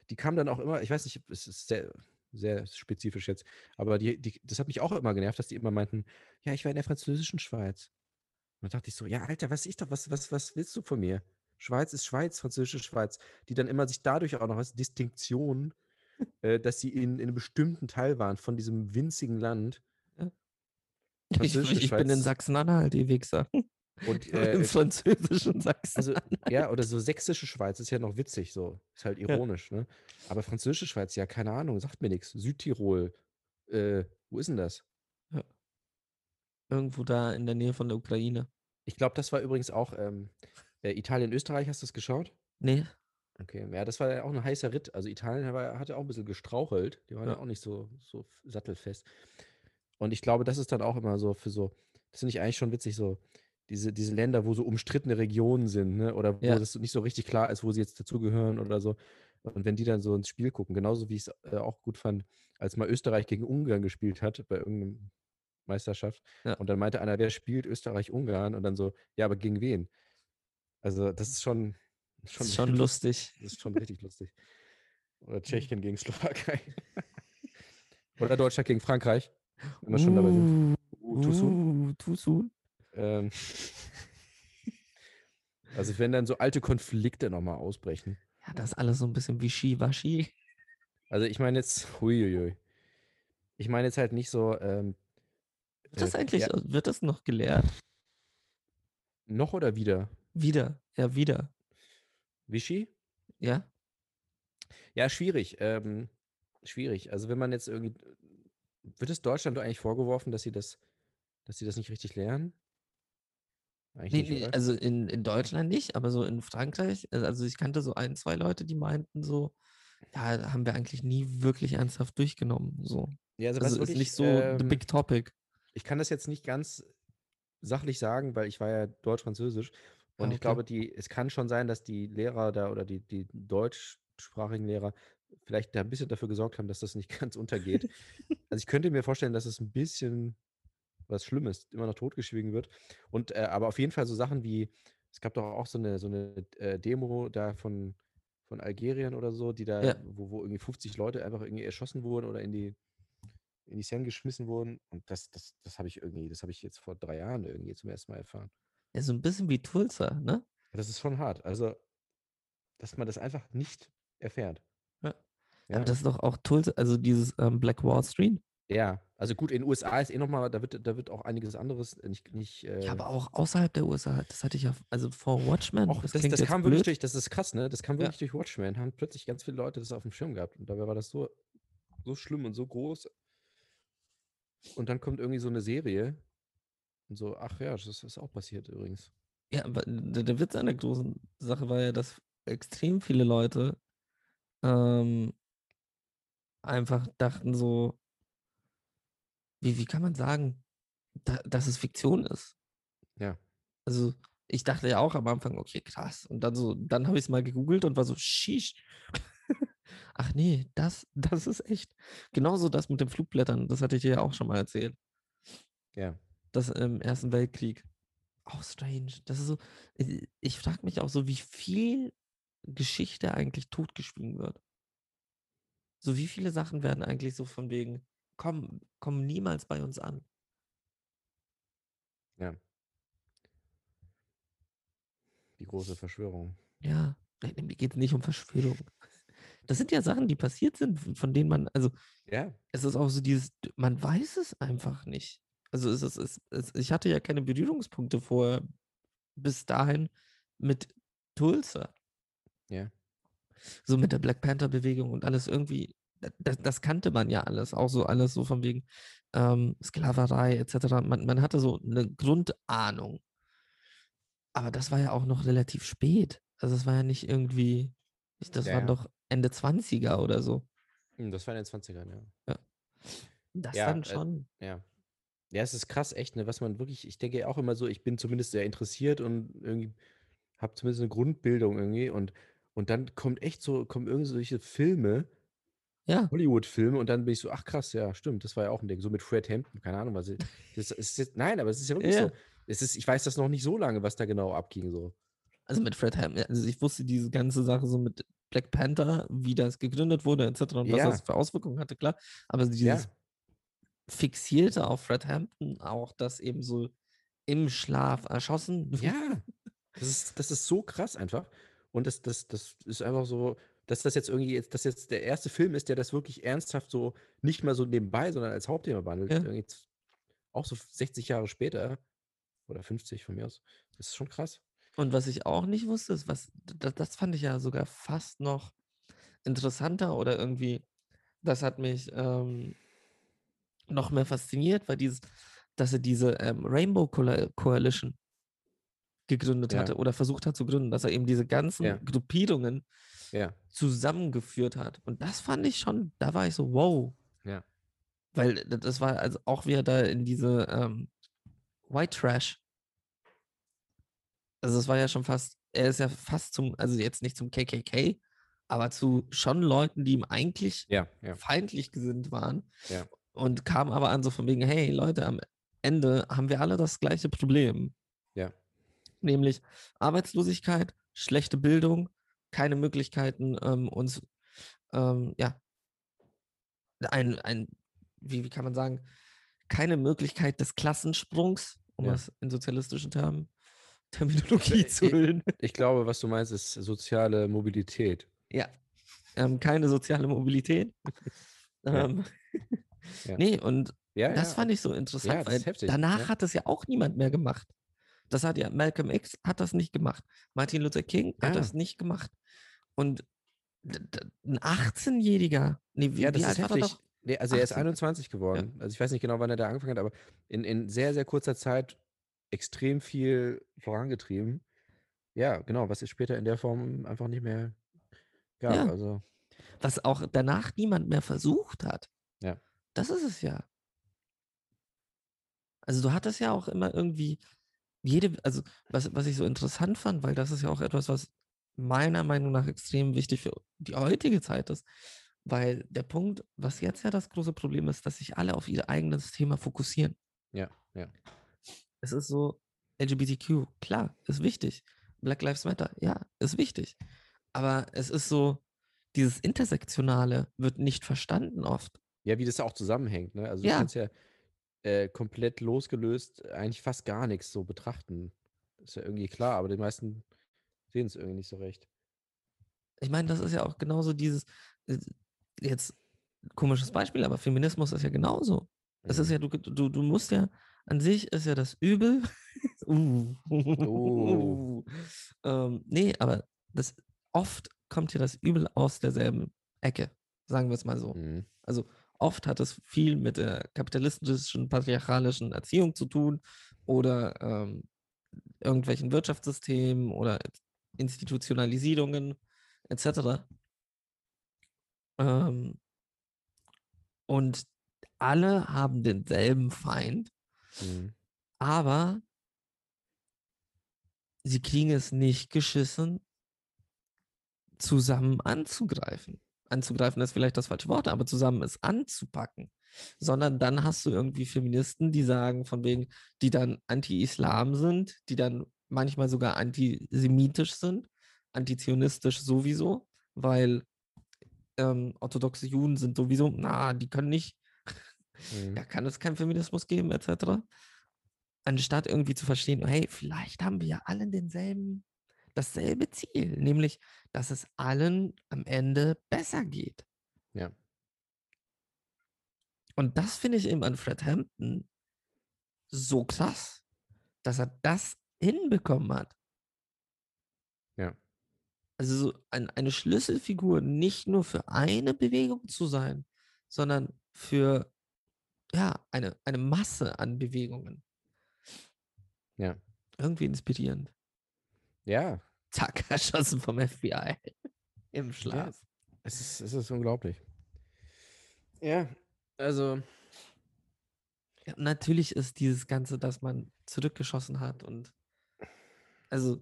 S1: Die kamen dann auch immer, ich weiß nicht, es ist sehr, sehr spezifisch jetzt, aber die, die, das hat mich auch immer genervt, dass die immer meinten, ja, ich war in der französischen Schweiz. Und da dachte ich so, ja, Alter, was ich doch, was, was, was willst du von mir? Schweiz ist Schweiz, französische Schweiz, die dann immer sich dadurch auch noch als Distinktion, äh, dass sie in, in einem bestimmten Teil waren von diesem winzigen Land.
S4: Ich,
S1: Französische
S4: ich bin in
S1: Schweiz.
S4: Sachsen-Anhalt, ihr Wichser.
S1: Und
S4: Im
S1: äh,
S4: französischen Sachsen.
S1: also, ja, oder so sächsische Schweiz ist ja noch witzig, so. Ist halt ironisch, ne? Aber französische Schweiz, ja, keine Ahnung, sagt mir nichts. Südtirol, äh, wo ist denn das?
S4: Also Irgendwo da in der Nähe von der Ukraine.
S1: Ich glaube, das war übrigens auch ähm, äh, Italien, Österreich, hast du das geschaut?
S4: Nee,
S1: Okay, ja, das war ja auch ein heißer Ritt. Also Italien war, hatte auch ein bisschen gestrauchelt. Die waren ja.
S4: Ja.
S1: auch nicht so, so f- sattelfest. Und ich glaube, das ist dann auch immer so für so, das finde ich eigentlich schon witzig, so diese, diese Länder, wo so umstrittene Regionen sind, ne? oder wo
S4: Ja.
S1: das nicht so richtig klar ist, wo sie jetzt dazugehören oder so. Und wenn die dann so ins Spiel gucken, genauso wie ich es äh, auch gut fand, als mal Österreich gegen Ungarn gespielt hat bei irgendeinem Meisterschaft.
S4: Ja.
S1: Und dann meinte einer, wer spielt Österreich-Ungarn? Und dann so, ja, aber gegen wen? Also das ist schon,
S4: schon,
S1: sehr
S4: schon lustig.
S1: das ist schon richtig lustig. Oder
S4: Mhm.
S1: Tschechien gegen Slowakei. Oder Deutschland gegen Frankreich. Wenn wir schon dabei sind.
S4: Uh,
S1: Uh, too soon.
S4: uh, too soon.
S1: Ähm, also wenn dann so alte Konflikte nochmal ausbrechen.
S4: Ja, das ist alles so ein bisschen wie Shiwashi.
S1: Also ich meine jetzt, huiuiui. Ich meine jetzt halt nicht so, ähm,
S4: Wird das
S1: Äh,
S4: eigentlich,
S1: ja.
S4: äh, wird das noch gelehrt?
S1: noch oder wieder.
S4: Wieder, ja, wieder.
S1: Vichy?
S4: Ja,
S1: Ja, schwierig. Ähm, schwierig. Also wenn man jetzt irgendwie, wird es Deutschland eigentlich vorgeworfen, dass sie das, dass sie das nicht richtig lernen? Eigentlich
S4: nee,
S1: nicht,
S4: nee,
S1: oder?
S4: also in, in Deutschland nicht, aber so in Frankreich, äh, also ich kannte so ein, zwei Leute, die meinten so, ja, haben wir eigentlich nie wirklich ernsthaft durchgenommen. So.
S1: ja, also, was
S4: Also ist
S1: wirklich,
S4: nicht so the
S1: ähm,
S4: big topic.
S1: ich kann das jetzt nicht ganz sachlich sagen, weil ich war ja Deutsch-Französisch. Und
S4: Ah, okay.
S1: ich glaube, die, es kann schon sein, dass die Lehrer da oder die, die deutschsprachigen Lehrer vielleicht da ein bisschen dafür gesorgt haben, dass das nicht ganz untergeht. also ich könnte mir vorstellen, dass es ein bisschen was Schlimmes immer noch totgeschwiegen wird. Und äh, aber auf jeden Fall so Sachen wie, es gab doch auch so eine, so eine äh, Demo da von, von Algerien oder so, die da,
S4: Ja.
S1: wo, wo irgendwie 50 Leute einfach irgendwie erschossen wurden oder in die in die Seine geschmissen wurden. Und das, das, das habe ich irgendwie, das habe ich jetzt vor drei Jahren irgendwie zum ersten Mal erfahren.
S4: Ja, so ein bisschen wie Tulsa, ne?
S1: Das ist schon hart. Also, dass man das einfach nicht erfährt.
S4: Ja.
S1: Ja,
S4: Aber das ist doch auch Tulsa, also dieses ähm, Black Wall Street.
S1: ja. also gut, in den USA ist eh nochmal, da wird, da wird auch einiges anderes nicht. nicht äh,
S4: Ja, aber auch außerhalb der USA, das hatte ich ja, also vor Watchmen,
S1: auch, das,
S4: das,
S1: das,
S4: klingt jetzt
S1: kam wirklich
S4: blöd.
S1: durch, das ist krass, ne? Das kam
S4: Ja.
S1: wirklich durch Watchmen, haben plötzlich ganz viele Leute das auf dem Schirm gehabt. Und dabei war das so, so schlimm und so groß. Und dann kommt irgendwie so eine Serie. Und so, ach ja, das ist auch passiert übrigens.
S4: Ja, aber der, der Witz an der großen Sache war ja, dass extrem viele Leute ähm, einfach dachten so, Wie, wie kann man sagen, da, dass es Fiktion ist?
S1: Ja.
S4: Also, ich dachte ja auch am Anfang, okay, krass. Und dann so, dann habe ich es mal gegoogelt und war so, shish. Ach nee, das, das ist echt. Genauso das mit den Flugblättern, das hatte ich dir ja auch schon mal erzählt.
S1: Ja.
S4: Das im Ersten Weltkrieg. Auch strange. Das ist so, ich, ich frage mich auch so, wie viel Geschichte eigentlich totgeschwiegen wird. So wie viele Sachen werden eigentlich so von wegen, komm, komm niemals bei uns an.
S1: Die große Verschwörung.
S4: Ja, nein, mir geht es nicht um Verschwörung. Das sind ja Sachen, die passiert sind, von denen man, also
S1: Ja.
S4: es ist auch so dieses, man weiß es einfach nicht. Also es ist, es, es, ich hatte ja keine Berührungspunkte vorher bis dahin mit Tulsa.
S1: Ja.
S4: So mit der Black Panther-Bewegung und alles irgendwie, das, das kannte man ja alles, auch so alles so von wegen ähm, Sklaverei etc. Man, man hatte so eine Grundahnung. Aber das war ja auch noch relativ spät. Also es war ja nicht irgendwie, ich- das
S1: Ja,
S4: waren
S1: ja.
S4: doch Ende 20er oder so.
S1: Hm, Das war in den 20ern, ja.
S4: Das
S1: Ja,
S4: dann
S1: äh,
S4: schon.
S1: Ja. Ja, es ist krass, echt, ne, was man wirklich, ich denke ja auch immer so, ich bin zumindest sehr interessiert und irgendwie habe zumindest eine Grundbildung irgendwie und, und dann kommt echt so, kommen irgendwelche Filme,
S4: Ja.
S1: Hollywood-Filme und dann bin ich so, ach krass, ja, stimmt, das war ja auch ein Ding. So mit Fred Hampton, keine Ahnung, was ich- das ist jetzt, nein, aber es ist ja wirklich
S4: Ja.
S1: so. Es ist, ich weiß das noch nicht so lange, was da genau abging. So.
S4: Also mit Fred Hampton. Also ich wusste diese ganze Sache so mit Black Panther, wie das gegründet wurde, etc. und was
S1: Ja.
S4: das für Auswirkungen hatte, klar. Aber dieses
S1: Ja,
S4: Fixierte auf Fred Hampton, auch das eben so im Schlaf erschossen.
S1: ja. Das ist, das ist so krass einfach. Und das, das, das ist einfach so, dass das jetzt irgendwie, jetzt, dass jetzt der erste Film ist, der das wirklich ernsthaft so, nicht mal so nebenbei, sondern als Hauptthema behandelt.
S4: Ja.
S1: Irgendwie z- auch so 60 Jahre später oder 50 von mir aus. Das ist schon krass.
S4: Und was ich auch nicht wusste, ist, was, das, das fand ich ja sogar fast noch interessanter oder irgendwie, das hat mich ähm, noch mehr fasziniert, weil dieses, dass er diese ähm, Rainbow Coal- Coalition gegründet
S1: Ja.
S4: hatte oder versucht hat zu gründen, dass er eben diese ganzen
S1: Ja.
S4: Gruppierungen
S1: Ja.
S4: zusammengeführt hat. Und das fand ich schon, da war ich so, wow.
S1: Ja.
S4: Weil d- das war also auch wieder da in diese ähm, White Trash. Also es war ja schon fast, er ist ja fast zum, also jetzt nicht zum KKK, aber zu schon Leuten, die ihm eigentlich
S1: Ja, ja.
S4: feindlich gesinnt waren.
S1: Ja.
S4: Und kam aber an so von wegen, hey Leute, am Ende haben wir alle das gleiche Problem.
S1: Ja.
S4: Nämlich Arbeitslosigkeit, schlechte Bildung, keine Möglichkeiten, ähm, uns, ähm, ja, ein, ein, wie, wie kann man sagen, keine Möglichkeit des Klassensprungs, um
S1: Ja.
S4: das in sozialistischen Termen, Terminologie zu
S1: äh,
S4: hüllen.
S1: Ich glaube, was du meinst, ist soziale Mobilität.
S4: Ja. Ähm, keine soziale Mobilität.
S1: Ja.
S4: Ähm,
S1: Ja.
S4: Nee, und
S1: Ja,
S4: das
S1: ja,
S4: fand ich so interessant,
S1: das
S4: weil
S1: ist heftig,
S4: danach
S1: ja.
S4: hat das ja auch niemand mehr gemacht. Das hat ja Malcolm X hat das nicht gemacht. Martin Luther King hat
S1: Ja.
S4: das nicht gemacht. Und d- d- ein 18-Jähriger, nee, wie,
S1: Ja,
S4: wie
S1: das
S4: alt
S1: ist
S4: war er
S1: heftig.
S4: doch?
S1: Nee, also er ist
S4: 18.
S1: 21 geworden. Also ich weiß nicht genau, wann er da angefangen hat, aber in, in sehr, sehr kurzer Zeit extrem viel vorangetrieben. Ja, genau, was es später in der Form einfach nicht mehr gab.
S4: Ja.
S1: Also,
S4: Was auch danach niemand mehr versucht hat.
S1: Ja.
S4: Das ist es ja. Also du hattest ja auch immer irgendwie jede, also was, was ich so interessant fand, weil das ist ja auch etwas, was meiner Meinung nach extrem wichtig für die heutige Zeit ist, weil der Punkt, was jetzt ja das große Problem ist, dass sich alle auf ihr eigenes Thema fokussieren.
S1: ja, ja.
S4: Es ist so, LGBTQ, klar, ist wichtig. Black Lives Matter, ja, ist wichtig. Aber es ist so, dieses Intersektionale wird nicht verstanden oft.
S1: Ja, wie das auch zusammenhängt, ne? Also
S4: Ja.
S1: du kannst ja äh, komplett losgelöst eigentlich fast gar nichts so betrachten. Ist ja irgendwie klar, aber die meisten sehen es irgendwie nicht so recht.
S4: Ich meine, das ist ja auch genauso dieses, äh, jetzt komisches Beispiel, aber Feminismus ist ja genauso. Es ist
S1: Mhm.
S4: ja, du, du, du musst ja, an sich ist ja das Übel. uh.
S1: Oh.
S4: ähm, nee, aber das oft kommt ja das Übel aus derselben Ecke, sagen wir es mal so.
S1: Mhm.
S4: Oft hat es viel mit der kapitalistischen, patriarchalischen Erziehung zu tun oder ähm, irgendwelchen Wirtschaftssystemen oder Institutionalisierungen etc. Ähm, und alle haben denselben Feind,
S1: Mhm.
S4: aber sie kriegen es nicht geschissen, zusammen anzugreifen. Anzugreifen ist vielleicht das falsche Wort, aber zusammen es anzupacken. Sondern dann hast du irgendwie Feministen, die sagen, von wegen, die dann anti-Islam sind, die dann manchmal sogar antisemitisch sind, antizionistisch sowieso, weil ähm, orthodoxe Juden sind sowieso, na, die können nicht
S1: Mhm.
S4: ja, kann es keinen Feminismus geben, etc. Anstatt irgendwie zu verstehen, oh, hey, vielleicht haben wir ja alle denselben, dasselbe Ziel, nämlich, dass es allen am Ende besser geht.
S1: Ja.
S4: Und das finde ich eben an Fred Hampton so krass, dass er das hinbekommen hat.
S1: Ja.
S4: Also so ein, eine Schlüsselfigur nicht nur für eine Bewegung zu sein, sondern für ja, eine, eine Masse an Bewegungen.
S1: Ja.
S4: Irgendwie inspirierend.
S1: Ja,
S4: Zack, erschossen vom FBI. Im Schlaf.
S1: es ist, es ist unglaublich. Ja, also.
S4: Ja, natürlich ist dieses Ganze, dass man zurückgeschossen hat und also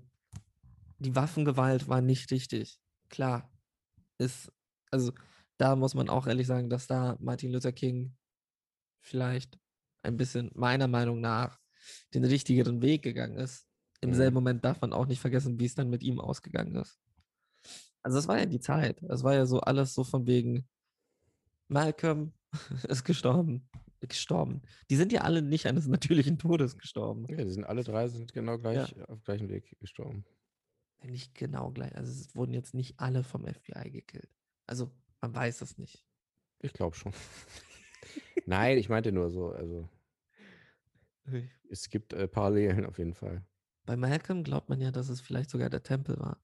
S4: die Waffengewalt war nicht richtig. Klar. Ist, also da muss man auch ehrlich sagen, dass da Martin Luther King vielleicht ein bisschen meiner Meinung nach den richtigeren Weg gegangen ist. Im
S1: Mhm.
S4: selben Moment darf man auch nicht vergessen, wie es dann mit ihm ausgegangen ist. Also das war ja die Zeit. Es war ja so alles so von wegen Malcolm ist gestorben. Gestorben. Die sind ja alle nicht eines natürlichen Todes gestorben.
S1: Ja, die sind alle drei sind genau gleich auf gleichem Weg gestorben.
S4: Nicht genau gleich. Also es wurden jetzt nicht alle vom FBI gekillt. Also man weiß es nicht.
S1: Ich glaube schon. Nein, ich meinte nur so, also es gibt äh, Parallelen auf jeden Fall.
S4: Bei Malcolm glaubt man ja, dass es vielleicht sogar der Tempel war,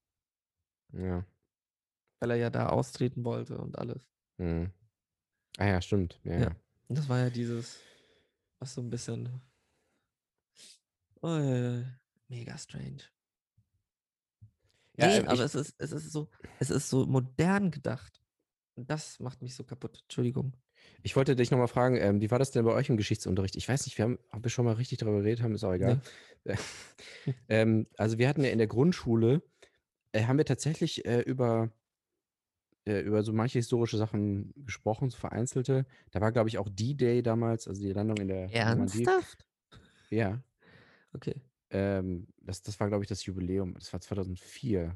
S1: Ja.
S4: weil er ja da austreten wollte und alles.
S1: Mhm. Ah ja, stimmt. Ja,
S4: Ja.
S1: ja.
S4: Und das war ja dieses, was so ein bisschen äh, mega strange.
S1: Ja,
S4: nee,
S1: ähm, ich-
S4: aber es ist, es ist so, es ist so modern gedacht. Und das macht mich so kaputt. Entschuldigung.
S1: Ich wollte dich nochmal fragen, ähm, wie war das denn bei euch im Geschichtsunterricht? Ich weiß nicht, wir haben, ob wir schon mal richtig darüber geredet haben, ist auch egal. ähm, also wir hatten ja in der Grundschule, äh, haben wir tatsächlich äh, über, äh, über so manche historische Sachen gesprochen, so vereinzelte. Da war, glaube ich, auch D-Day damals, also die Landung in der Normandie.
S4: Ernsthaft?
S1: Ja.
S4: Okay.
S1: Ähm, das, das war, glaube ich, das Jubiläum. Das war 2004.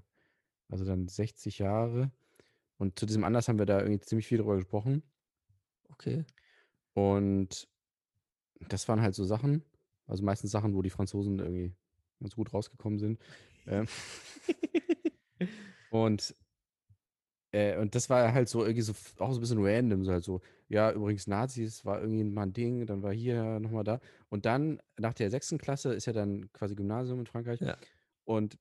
S1: Also dann 60 Jahre. Und zu diesem Anlass haben wir da irgendwie ziemlich viel drüber gesprochen.
S4: Okay.
S1: Und das waren halt so Sachen, also meistens Sachen, wo die Franzosen irgendwie ganz gut rausgekommen sind. Ähm, und, äh, und das war halt so irgendwie so f- auch so ein bisschen random, so halt so, ja, übrigens Nazis war irgendwie mal ein Ding, dann war hier nochmal da. Und dann nach der sechsten Klasse ist ja dann quasi Gymnasium in Frankreich.
S4: Ja.
S1: Und,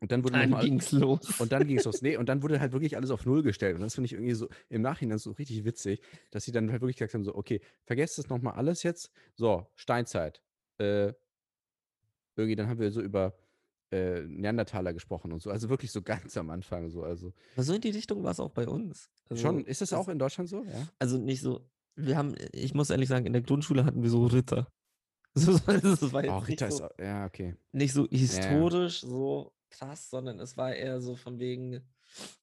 S1: und dann wurde
S4: Dann
S1: nochmal.
S4: ging's los.
S1: Und dann ging es aufs Nee, und dann wurde halt wirklich alles auf Null gestellt. Und das finde ich irgendwie so im Nachhinein so richtig witzig, dass sie dann halt wirklich gesagt haben: so, okay, vergesst das nochmal alles jetzt. So, Steinzeit. Äh, irgendwie, dann haben wir so über äh, Neandertaler gesprochen und so. Also wirklich so ganz am Anfang so. Also
S4: Aber so in die Richtung war es auch bei uns. Also,
S1: schon, ist das
S4: das-
S1: auch in Deutschland so? Ja.
S4: Also nicht so. Wir haben, ich muss ehrlich sagen, in der Grundschule hatten wir so Ritter. So, so- das war jetzt
S1: Oh,
S4: nicht
S1: Ritter
S4: so,
S1: ist auch, ja, okay.
S4: nicht so historisch so krass, sondern es war eher so von wegen,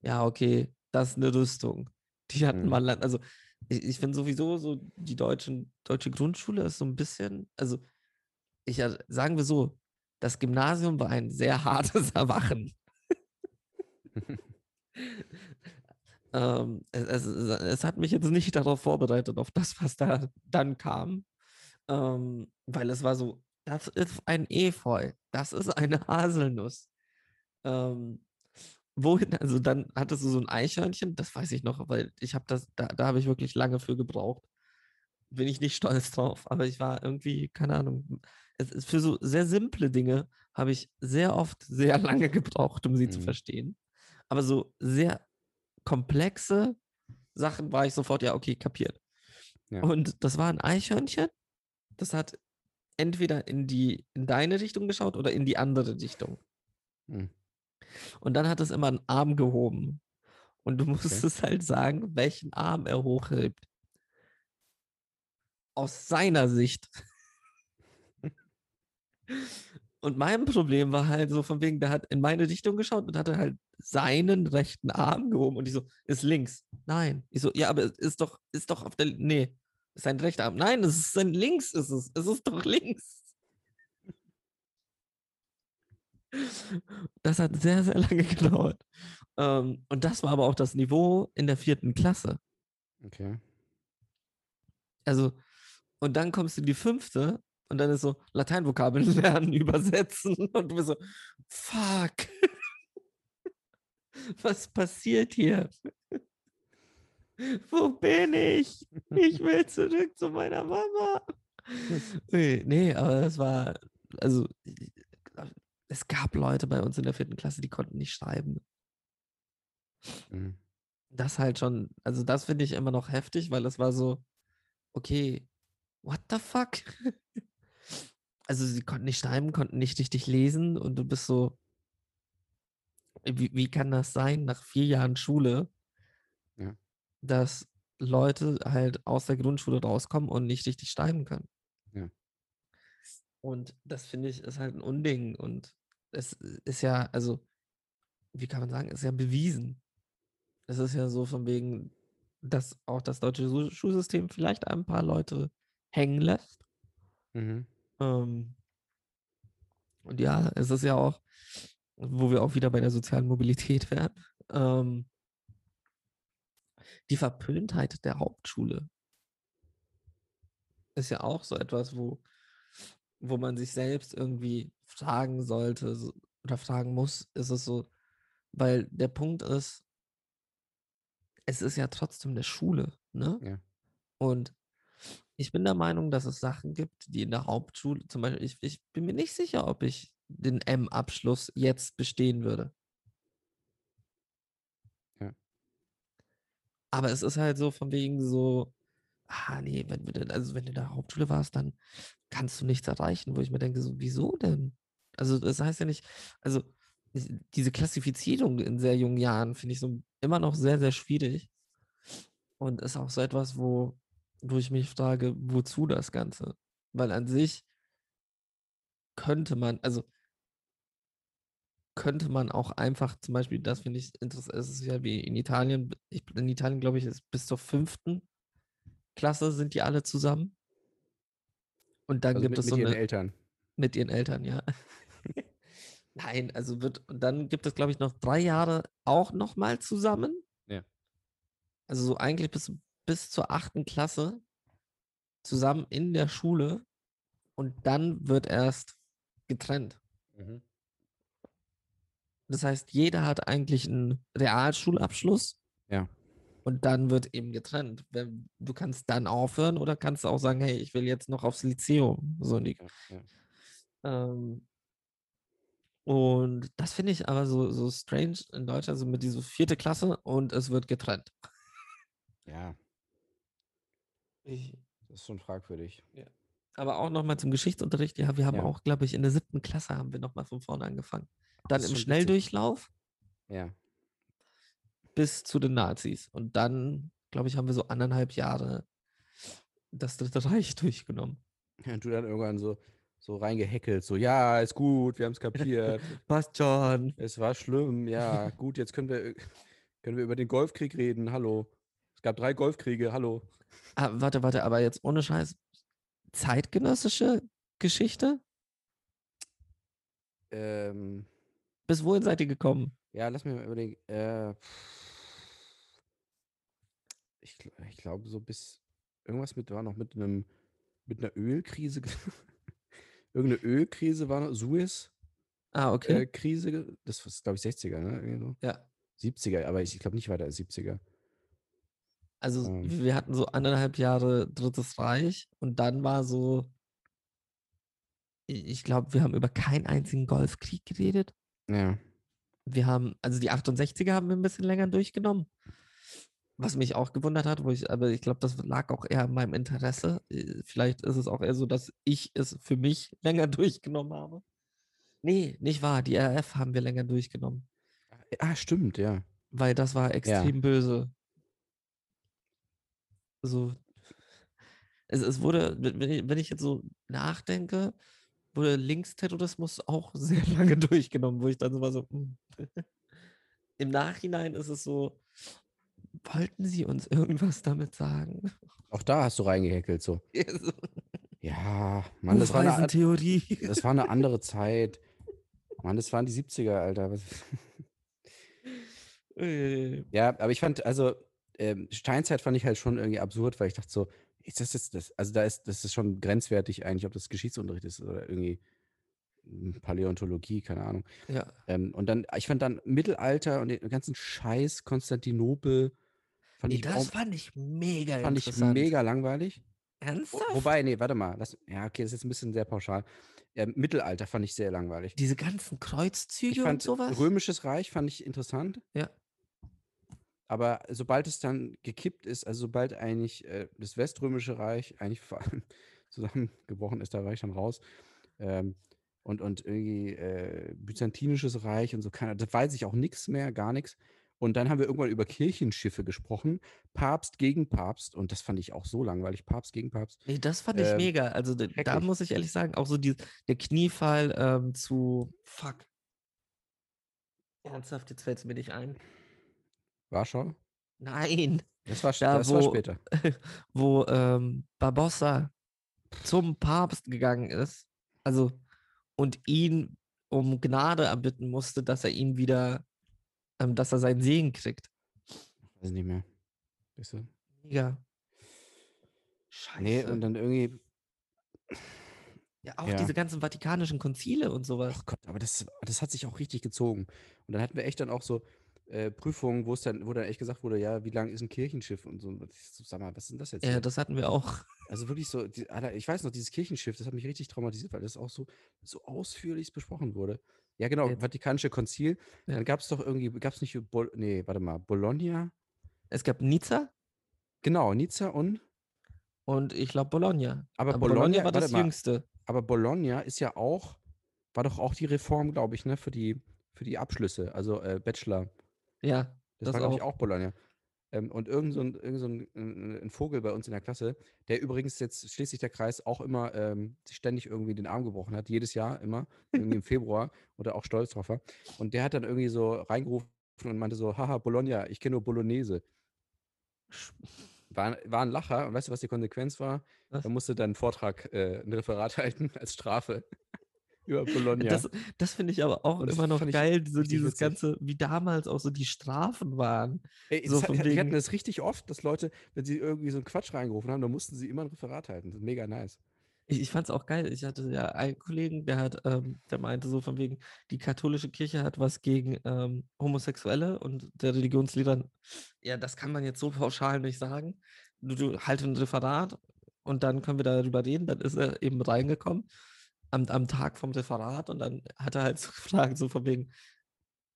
S4: ja, okay, das ist eine Rüstung. Die hatten
S1: Mhm.
S4: mal Land. Also ich, ich finde sowieso so, die deutschen, deutsche Grundschule ist so ein bisschen, also ich ja, sagen wir so, das Gymnasium war ein sehr hartes Erwachen. ähm, es, es, es es hat mich jetzt nicht darauf vorbereitet, auf das, was da dann kam. Ähm, weil es war so, das ist ein Efeu. Das ist eine Haselnuss. Ähm, wohin? Also dann hattest du so ein Eichhörnchen, das weiß ich noch, weil ich habe das, da, da habe ich wirklich lange für gebraucht. Bin ich nicht stolz drauf, aber ich war irgendwie, keine Ahnung. Es ist für so sehr simple Dinge habe ich sehr oft sehr lange gebraucht, um sie zu
S1: Mhm.
S4: verstehen. Aber so sehr komplexe Sachen war ich sofort, ja, okay, kapiert.
S1: Ja.
S4: Und das war ein Eichhörnchen, das hat entweder in die in deine Richtung geschaut oder in die andere Richtung.
S1: Mhm.
S4: Und dann hat es immer einen Arm gehoben. Und du musstest halt sagen, welchen Arm er hochhebt. aus seiner Sicht. Und mein Problem war halt so von wegen, der hat in meine Richtung geschaut und hatte halt seinen rechten Arm gehoben und ich so, ist links. Nein. Ich so, ja, aber es ist doch, ist doch auf der, nee, ist sein rechter Arm. Nein, es ist sein links ist es. Es ist doch links. Das hat sehr, sehr lange gedauert. Ähm, und das war aber auch das Niveau in der vierten Klasse.
S1: Okay.
S4: Also, und dann kommst du in die fünfte und dann ist so Lateinvokabeln lernen, übersetzen und du bist so, fuck. Was passiert hier? Wo bin ich? Ich will zurück zu meiner Mama. Nee, nee, aber das war, also, es gab Leute bei uns in der vierten Klasse, die konnten nicht schreiben.
S1: Mhm.
S4: das halt schon, also das finde ich immer noch heftig, weil das war so, okay, what the fuck? Also sie konnten nicht schreiben, konnten nicht richtig lesen und du bist so, wie, wie kann das sein nach vier Jahren Schule,
S1: Ja.
S4: dass Leute halt aus der Grundschule rauskommen und nicht richtig schreiben können?
S1: Ja.
S4: Und das finde ich ist halt ein Unding und es ist ja, also, wie kann man sagen, ist ja bewiesen, es ist ja so von wegen, dass auch das deutsche Su- Schulsystem vielleicht ein paar Leute hängen lässt.
S1: Mhm.
S4: Ähm, und ja, es ist ja auch, wo wir auch wieder bei der sozialen Mobilität wären, ähm, die Verpöntheit der Hauptschule ist ja auch so etwas, wo, wo man sich selbst irgendwie fragen sollte so- oder fragen muss, ist es so, weil der Punkt ist, es ist ja trotzdem eine Schule, ne?
S1: Ja.
S4: Und ich bin der Meinung, dass es Sachen gibt, die in der Hauptschule, zum Beispiel, ich, ich bin mir nicht sicher, ob ich den M-Abschluss jetzt bestehen würde.
S1: Ja.
S4: Aber es ist halt so von wegen so, ah nee, wenn du, denn- also wenn du in der Hauptschule warst, dann kannst du nichts erreichen, wo ich mir denke, so, wieso denn? Also das heißt ja nicht, also ich- diese Klassifizierung in sehr jungen Jahren finde ich so immer noch sehr, sehr schwierig. Und ist auch so etwas, wo, wo ich mich frage, wozu das Ganze? Weil an sich könnte man, also könnte man auch einfach zum Beispiel, das finde ich interessant, es ist ja wie in Italien, b- ich, in Italien glaube ich, ist bis zur fünften Klasse sind die alle zusammen. Und dann
S1: Also
S4: gibt
S1: mit,
S4: es
S1: mit
S4: so
S1: ihren
S4: eine,
S1: Eltern.
S4: mit ihren Eltern, ja. Nein, also wird, und dann gibt es, glaube ich, noch drei Jahre auch nochmal zusammen.
S1: Ja.
S4: Also so eigentlich bis, bis zur achten Klasse zusammen in der Schule und dann wird erst getrennt.
S1: Mhm.
S4: Das heißt, jeder hat eigentlich einen Realschulabschluss.
S1: Ja.
S4: Und dann wird eben getrennt. Wenn- Du kannst dann aufhören oder kannst auch sagen, hey, ich will jetzt noch aufs Lyzeum. So in die
S1: Ja, ja.
S4: Ähm, und das finde ich aber so, so strange in Deutschland, so mit dieser vierte Klasse und es wird getrennt.
S1: ja, das ist schon fragwürdig.
S4: aber auch nochmal zum Geschichtsunterricht, ja, wir haben
S1: Ja.
S4: auch, glaube ich, in der siebten Klasse haben wir nochmal von vorne angefangen. Dann
S1: ist
S4: im
S1: schon witzig.
S4: Schnelldurchlauf
S1: Ja.
S4: bis zu den Nazis. Und dann, glaube ich, haben wir so anderthalb Jahre das Dritte Reich durchgenommen.
S1: Und du dann irgendwann so, so reingehackelt, so, ja, ist gut, wir haben es kapiert.
S4: Passt schon.
S1: es war schlimm, ja, gut, jetzt können wir, können wir über den Golfkrieg reden, hallo. Es gab drei Golfkriege, hallo.
S4: Ah, warte, warte, aber jetzt ohne Scheiß. Zeitgenössische Geschichte?
S1: Ähm,
S4: Bis wohin seid ihr gekommen?
S1: ja, lass mich mal überlegen. Äh, ich gl- ich glaube, so bis irgendwas mit war noch mit einem mit einer Ölkrise. ge- Irgendeine Ölkrise war noch, Suez-Krise, äh,
S4: Ah, okay.
S1: das ist, glaube ich, 60er, ne? Irgendwie so.
S4: ja.
S1: 70er, aber ich, ich glaube nicht weiter als 70er.
S4: Also
S1: Ähm.
S4: w- wir hatten so anderthalb Jahre Drittes Reich und dann war so, i- ich glaube, wir haben über keinen einzigen Golfkrieg geredet.
S1: Ja.
S4: Wir haben, also die 68er haben wir ein bisschen länger durchgenommen. Was mich auch gewundert hat, wo ich, aber ich glaube, das lag auch eher in meinem Interesse. Äh, Vielleicht ist es auch eher so, dass ich es für mich länger durchgenommen habe. Nee, nicht wahr. Die RF haben wir länger durchgenommen,
S1: Ah, stimmt, ja.
S4: weil das war extrem böse. So. es, es wurde, wenn ich, wenn ich jetzt so nachdenke, wurde Linksterrorismus auch sehr lange durchgenommen, wo ich dann so war so, hm. im Nachhinein ist es so, wollten sie uns irgendwas damit sagen?
S1: Auch da hast du reingehackelt so.
S4: So,
S1: Ja, Mann, das war, eine,
S4: Theorie.
S1: das war eine andere Zeit. Mann, das waren die 70er, Alter. Was- Ja, aber ich fand, also ähm, Steinzeit fand ich halt schon irgendwie absurd, weil ich dachte so, ist das jetzt das, also da ist, das ist schon grenzwertig eigentlich, ob das Geschichtsunterricht ist oder irgendwie mm, Paläontologie, keine Ahnung.
S4: ja.
S1: Ähm, und dann, ich fand dann Mittelalter und den ganzen Scheiß Konstantinopel fand
S4: Nee,
S1: ich,
S4: das
S1: auch,
S4: fand ich mega
S1: fand ich
S4: interessant.
S1: mega langweilig. Wo,
S4: Ernsthaft?
S1: wobei, nee, warte mal, lass, ja, okay, das ist jetzt ein bisschen sehr pauschal. Ähm, Mittelalter fand ich sehr langweilig.
S4: Diese ganzen Kreuzzüge
S1: Ich fand
S4: und sowas?
S1: Römisches Reich fand ich interessant.
S4: Ja.
S1: Aber sobald es dann gekippt ist, also sobald eigentlich äh, das Weströmische Reich eigentlich vor allem zusammengebrochen ist, da war ich dann raus. Ähm, und, und irgendwie äh, Byzantinisches Reich und so, keine, da weiß ich auch nichts mehr, gar nichts. Und dann haben wir irgendwann über Kirchenschiffe gesprochen, Papst gegen Papst. Und das fand ich auch so langweilig, Papst gegen Papst.
S4: Nee, Ne, das fand ich
S1: Ähm,
S4: mega. Also da, da
S1: schrecklich.
S4: muss ich ehrlich sagen, auch so die, der Kniefall ähm, zu. Fuck. Ernsthaft, jetzt fällt es mir nicht ein.
S1: Warschau?
S4: Nein.
S1: Das war, sch-
S4: Da,
S1: das war
S4: wo-
S1: später.
S4: Wo ähm, Barbossa zum Papst gegangen ist. Also, und ihn um Gnade erbitten musste, dass er ihn wieder, ähm, dass er seinen Segen kriegt.
S1: Weiß ich nicht mehr. Weißt du?
S4: Mega. Scheiße.
S1: Nee, Ne, und dann irgendwie,
S4: ja, auch
S1: ja.
S4: diese ganzen vatikanischen Konzile und sowas.
S1: Ach Gott, aber das, das hat sich auch richtig gezogen. Und dann hatten wir echt dann auch so äh, Prüfungen, wo es dann, wo dann echt gesagt wurde, ja, wie lang ist ein Kirchenschiff und so. Und ich so, Sag mal, was ist denn das jetzt?
S4: Ja,
S1: hier?
S4: das hatten wir auch.
S1: also wirklich so, die, Alter, ich weiß noch, dieses Kirchenschiff, das hat mich richtig traumatisiert, weil das auch so, so ausführlich besprochen wurde. Ja, genau,
S4: Jetzt-
S1: Vatikanische Konzil.
S4: Ja.
S1: Dann gab es doch irgendwie, gab es nicht, Bol nee, warte mal, Bologna?
S4: Es gab Nizza.
S1: Genau, Nizza und,
S4: Und ich glaube Bologna.
S1: aber
S4: Bologna,
S1: Bologna,
S4: war
S1: warte
S4: das
S1: mal,
S4: jüngste.
S1: aber Bologna ist ja auch, war doch auch die Reform, glaube ich, ne, für die, für die Abschlüsse, also äh, Bachelor.
S4: Ja.
S1: Das,
S4: Das
S1: war, glaube ich,
S4: auch.
S1: auch Bologna. Ähm, und irgend so, ein, irgend so ein, ein, ein Vogel bei uns in der Klasse, der übrigens jetzt schließlich der Kreis auch immer ähm, sich ständig irgendwie den Arm gebrochen hat, jedes Jahr immer, irgendwie im Februar oder auch stolz drauf war. Und der hat dann irgendwie so reingerufen und meinte so, haha, Bologna, ich kenne nur Bolognese. War, war ein Lacher und weißt du, was die Konsequenz war?
S4: Was?
S1: Er musste dann einen Vortrag, äh, ein Referat halten als Strafe über Bologna.
S4: Das, das finde ich aber auch
S1: Und das
S4: immer noch
S1: fand ich
S4: geil, so
S1: richtig
S4: dieses
S1: witzig.
S4: Ganze, wie damals auch so die Strafen waren.
S1: Ey,
S4: So
S1: das hat,
S4: von
S1: hat- wir
S4: wegen-
S1: Äh, hatten das richtig oft, dass Leute, wenn sie irgendwie so einen Quatsch reingerufen haben, dann mussten sie immer ein Referat halten. Das ist mega nice.
S4: Ich, ich fand es auch geil. Ich hatte ja einen Kollegen, der hat, ähm, der meinte so von wegen, die katholische Kirche hat was gegen ähm, Homosexuelle und der Religionslehrer, ja, das kann man jetzt so pauschal nicht sagen. Du, du halt ein Referat und dann können wir darüber reden. Dann ist er eben reingekommen am, am Tag vom Referat und dann hat er halt so gefragt, so von wegen,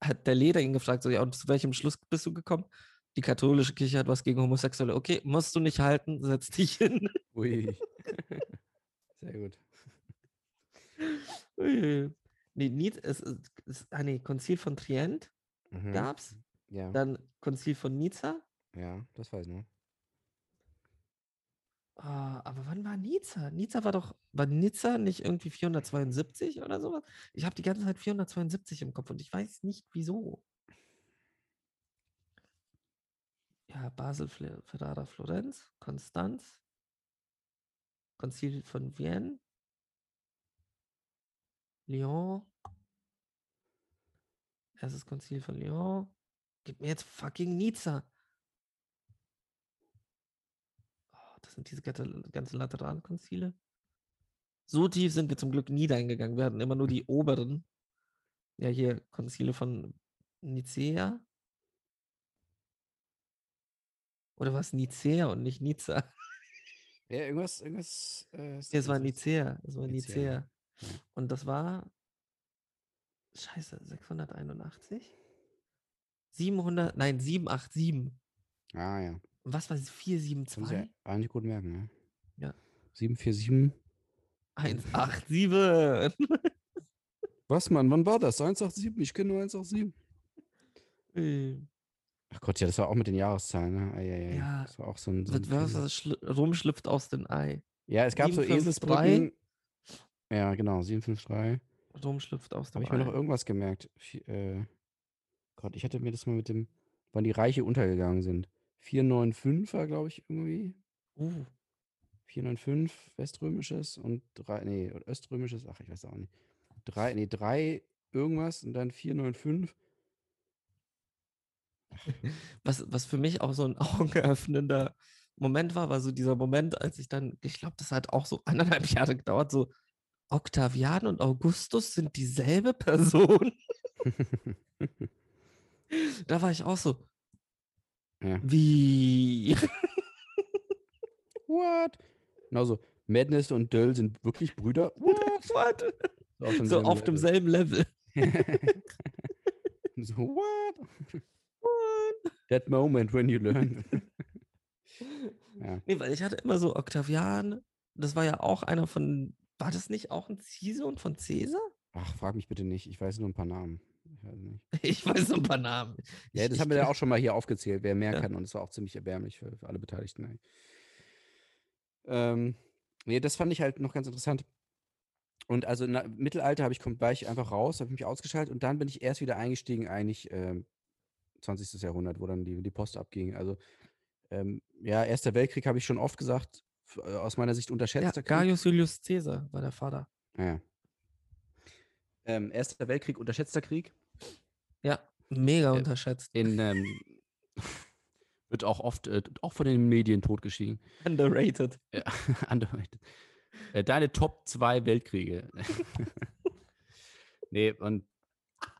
S4: hat der Lehrer ihn gefragt, so, ja, und zu welchem Schluss bist du gekommen? Die katholische Kirche hat was gegen Homosexuelle. Okay, musst du nicht halten, setz dich hin.
S1: Ui. Sehr gut.
S4: Uiuiui. Nee, Nied, Ne, es, es, es, ah nee, Konzil von Trient
S1: Mhm.
S4: gab's,
S1: Ja,
S4: dann Konzil von Nizza.
S1: ja, das weiß ich noch.
S4: Ah, aber wann war Nizza? Nizza war doch, war Nizza nicht irgendwie 472 oder sowas? Ich habe die ganze Zeit 472 im Kopf und ich weiß nicht wieso. Ja, Basel, Fle- Ferrara, Florenz, Konstanz, Konzil von Vienne, Lyon, erstes Konzil von Lyon. Gib mir jetzt fucking Nizza. Oh, das sind diese ganze- ganzen Laterankonzile. So tief sind wir zum Glück nie reingegangen. Wir hatten immer nur die oberen. Ja, hier Konzile von Nicea. Oder was? Nicea und nicht Nizza.
S1: Ja, irgendwas, irgendwas. Äh, ist
S4: Nee, es war
S1: irgendwas-
S4: Nicea. Es war
S1: Nicea,
S4: Nicea. Und das war. Scheiße, 681? 700, nein, 787.
S1: Ah, ja.
S4: Und was war es?
S1: Können Sie
S4: 472?
S1: eigentlich gut merken, ne? ja.
S4: Ja.
S1: 747.
S4: 187.
S1: Was, Mann? Wann war das? 187? Ich kenne nur 187.
S4: Äh,
S1: Ach Gott, ja, das war auch mit den Jahreszahlen, ne? Ei, ei, ei.
S4: Ja,
S1: Das war auch so ein. So ein
S4: Wird was
S1: Esel-
S4: was schli- rumschlüpft aus dem Ei.
S1: ja, es gab so
S4: 753?
S1: Eselsbrücken. Ja, genau, 753.
S4: Rumschlüpft aus dem
S1: Habe ich
S4: Ei.
S1: mir noch irgendwas gemerkt? Vier- Äh, Gott, ich hatte mir das mal mit dem, wann die Reiche untergegangen sind. 495 war, glaube ich, irgendwie.
S4: uh,
S1: 495 weströmisches und drei, nee, oder öströmisches, ach, ich weiß auch nicht. Drei, nee, drei irgendwas und dann 495.
S4: was, was für mich auch so ein augenöffnender Moment war, war so dieser Moment, als ich dann, ich glaube, das hat auch so anderthalb Jahre gedauert, so Octavian und Augustus sind dieselbe Person. Da war ich auch so,
S1: Ja.
S4: wie?
S1: What? Genauso, Madness und Döll sind wirklich Brüder. What?
S4: What?
S1: So auf
S4: So auf
S1: Level.
S4: demselben Level.
S1: so, what? That moment when you learn. ja.
S4: Nee, weil ich hatte immer so Octavian, das war ja auch einer von, war das nicht auch ein Ziehsohn von Caesar?
S1: Ach, frag mich bitte nicht. Ich weiß nur ein paar Namen. Ich weiß nicht.
S4: Ich weiß so ein paar Namen.
S1: Ja,
S4: Ich-
S1: das
S4: ich
S1: haben wir ja
S4: kann-
S1: auch schon mal hier aufgezählt, wer mehr
S4: Ja.
S1: kann. Und es war auch ziemlich erbärmlich für, für alle Beteiligten. eigentlich. Ähm, nee, das fand ich halt noch ganz interessant. Und also na, im Mittelalter habe ich, kom- war ich einfach raus, habe mich ausgeschaltet und dann bin ich erst wieder eingestiegen, eigentlich ähm, 20. Jahrhundert, wo dann die, die Post abging. Also ähm, ja, Erster Weltkrieg habe ich schon oft gesagt, f- äh, aus meiner Sicht
S4: Ja,
S1: unterschätzter Krieg.
S4: Gaius Julius Caesar war der Vater.
S1: Ja. Ähm, Erster Weltkrieg, unterschätzter Krieg.
S4: Ja, mega
S1: Äh,
S4: unterschätzt.
S1: in ähm, wird auch oft äh, auch von den Medien totgeschwiegen.
S4: Underrated.
S1: Ja, underrated. Äh, deine Top 2 Weltkriege. nee, und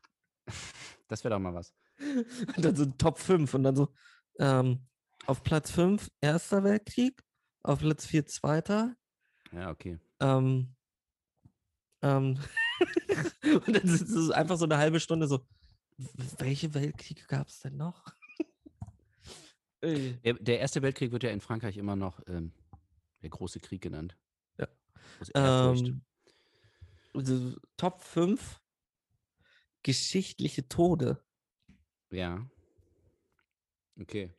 S1: das wäre doch mal was.
S4: Und dann so Top 5 und dann so ähm, auf Platz 5 Erster Weltkrieg, auf Platz 4 Zweiter,
S1: Ja, okay.
S4: ähm, ähm, und dann sitzt du so einfach so eine halbe Stunde so, "W- welche Weltkriege gab es denn noch? Ey.
S1: Der, der Erste Weltkrieg wird ja in Frankreich immer noch ähm, der große Krieg genannt.
S4: Ja.
S1: Aus Ehrfurcht.
S4: Ähm, also Top 5 geschichtliche Tode.
S1: Ja. Okay.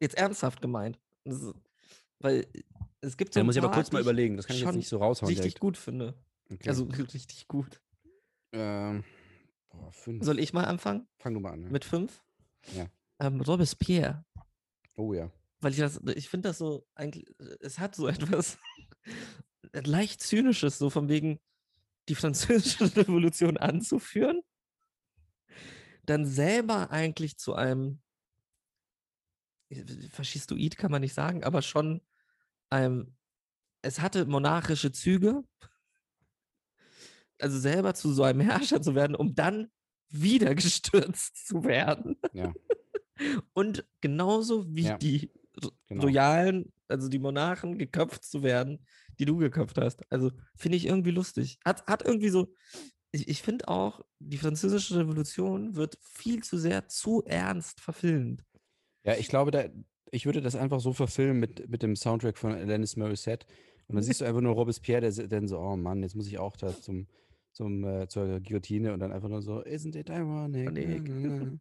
S4: Jetzt ernsthaft gemeint. Das ist- Weil äh, es gibt so
S1: Da
S4: ein
S1: muss ich aber
S4: paar,
S1: kurz
S4: die
S1: mal überlegen. Das kann ich jetzt
S4: schon
S1: nicht so raushauen.
S4: richtig
S1: direkt.
S4: gut finde.
S1: Okay.
S4: Also richtig gut.
S1: ähm, boah, fünf.
S4: Soll ich mal anfangen?
S1: Fang du mal an. Hm. ja.
S4: Mit 5?
S1: Ja.
S4: Ähm, Robespierre.
S1: oh ja.
S4: Weil ich das, ich finde das so, eigentlich, es hat so etwas äh, leicht Zynisches, so von wegen, die französische Revolution anzuführen, dann selber eigentlich zu einem, äh, Faschistoid kann man nicht sagen, aber schon einem, es hatte monarchische Züge, also selber zu so einem Herrscher zu werden, um dann wieder gestürzt zu werden.
S1: Ja.
S4: Und genauso wie
S1: Ja.
S4: die
S1: Genau.
S4: loyalen, also die Monarchen geköpft zu werden, die du geköpft hast. Also finde ich irgendwie lustig. Hat, hat irgendwie so, ich, ich finde auch, die französische Revolution wird viel zu sehr zu ernst verfilmt.
S1: Ja, ich glaube, da, ich würde das einfach so verfilmen mit, mit dem Soundtrack von Alanis Morissette. Und dann siehst du einfach nur Robespierre, der si- dann so, oh Mann, jetzt muss ich auch da zum, zum, äh, zur Guillotine und dann einfach nur so, isn't it ironic?
S4: Ironic.
S1: Mhm.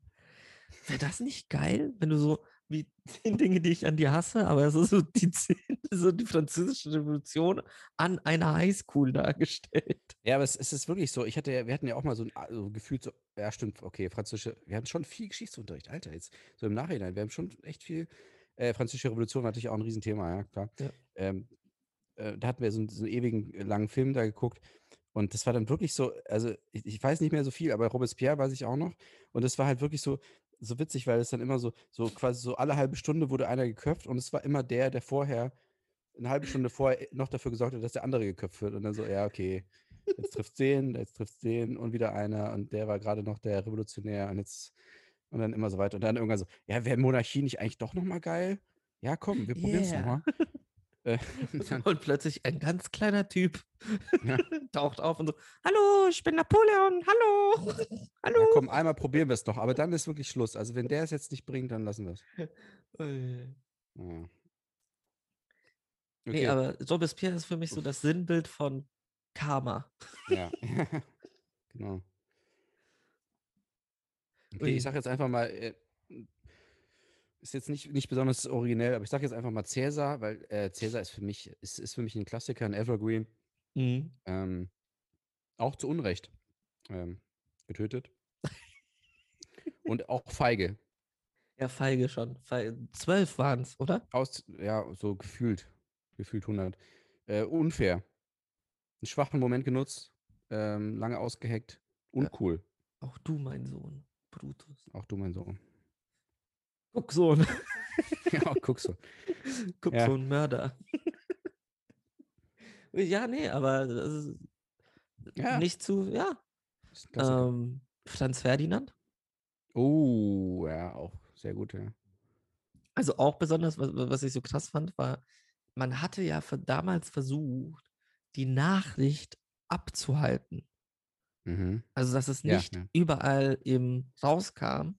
S4: Wäre das nicht geil, wenn du so wie zehn Dinge, die ich an dir hasse, aber es ist so die, zehn, so die französische Revolution an einer Highschool dargestellt.
S1: Ja, aber es, es ist wirklich so, ich hatte ja, wir hatten ja auch mal so ein A- so gefühlt so, ja stimmt, okay, französische, wir hatten schon viel Geschichtsunterricht, Alter, jetzt so im Nachhinein, wir haben schon echt viel, äh, französische Revolution war natürlich auch ein Riesenthema, ja, klar.
S4: Ja.
S1: Ähm, äh, da hatten wir so, einen- so einen ewigen äh, langen Film da geguckt und das war dann wirklich so, also ich, ich weiß nicht mehr so viel, aber Robespierre weiß ich auch noch und das war halt wirklich so, so witzig, weil es dann immer so, so quasi so alle halbe Stunde wurde einer geköpft und es war immer der, der vorher, eine halbe Stunde vorher äh, noch dafür gesorgt hat, dass der andere geköpft wird und dann so, ja, okay. Jetzt trifft den, jetzt trifft den und wieder einer und der war gerade noch der Revolutionär und jetzt und dann immer so weiter und dann irgendwann so, ja, wäre Monarchie nicht eigentlich doch noch mal geil? Ja, komm, wir probieren es
S4: Yeah.
S1: nochmal. Äh, und dann,
S4: Und plötzlich ein ganz kleiner Typ
S1: Ja.
S4: taucht auf und so, hallo, ich bin Napoleon, hallo, hallo.
S1: ja, komm, einmal probieren wir es noch, aber dann ist wirklich Schluss. Also wenn der es jetzt nicht bringt, dann lassen wir es.
S4: Äh,
S1: Ja.
S4: Nee, aber Robespierre ist für mich so das Sinnbild von Karma.
S1: Ja. genau. Okay,
S4: Ui.
S1: ich sage jetzt einfach mal, äh, Ist jetzt nicht, nicht besonders originell, aber ich sage jetzt einfach mal Cäsar, weil äh, Cäsar ist für mich, ist, ist für mich ein Klassiker, ein Evergreen.
S4: Mhm.
S1: Ähm, auch zu Unrecht ähm, getötet. Und auch feige.
S4: Ja, feige schon. Feige. Zwölf waren es, oder?
S1: Aus, ja, so gefühlt. Gefühlt 100. Äh, unfair. Einen schwachen Moment genutzt. Ähm, lange ausgeheckt. Uncool.
S4: Auch du, mein Sohn. Brutus.
S1: Auch du, mein Sohn.
S4: Guck, Sohn.
S1: ja, guck so.
S4: Guck,
S1: Ja.
S4: so ein Mörder. ja, nee, aber das ist
S1: Ja.
S4: nicht zu. Ja.
S1: Ist ein Klassiker.
S4: Ähm, Franz Ferdinand.
S1: oh, ja, auch sehr gut, ja.
S4: Also auch besonders, was, was ich so krass fand, war, man hatte ja ver- damals versucht, die Nachricht abzuhalten.
S1: Mhm.
S4: Also, dass es
S1: Ja,
S4: nicht
S1: ja.
S4: überall eben rauskam,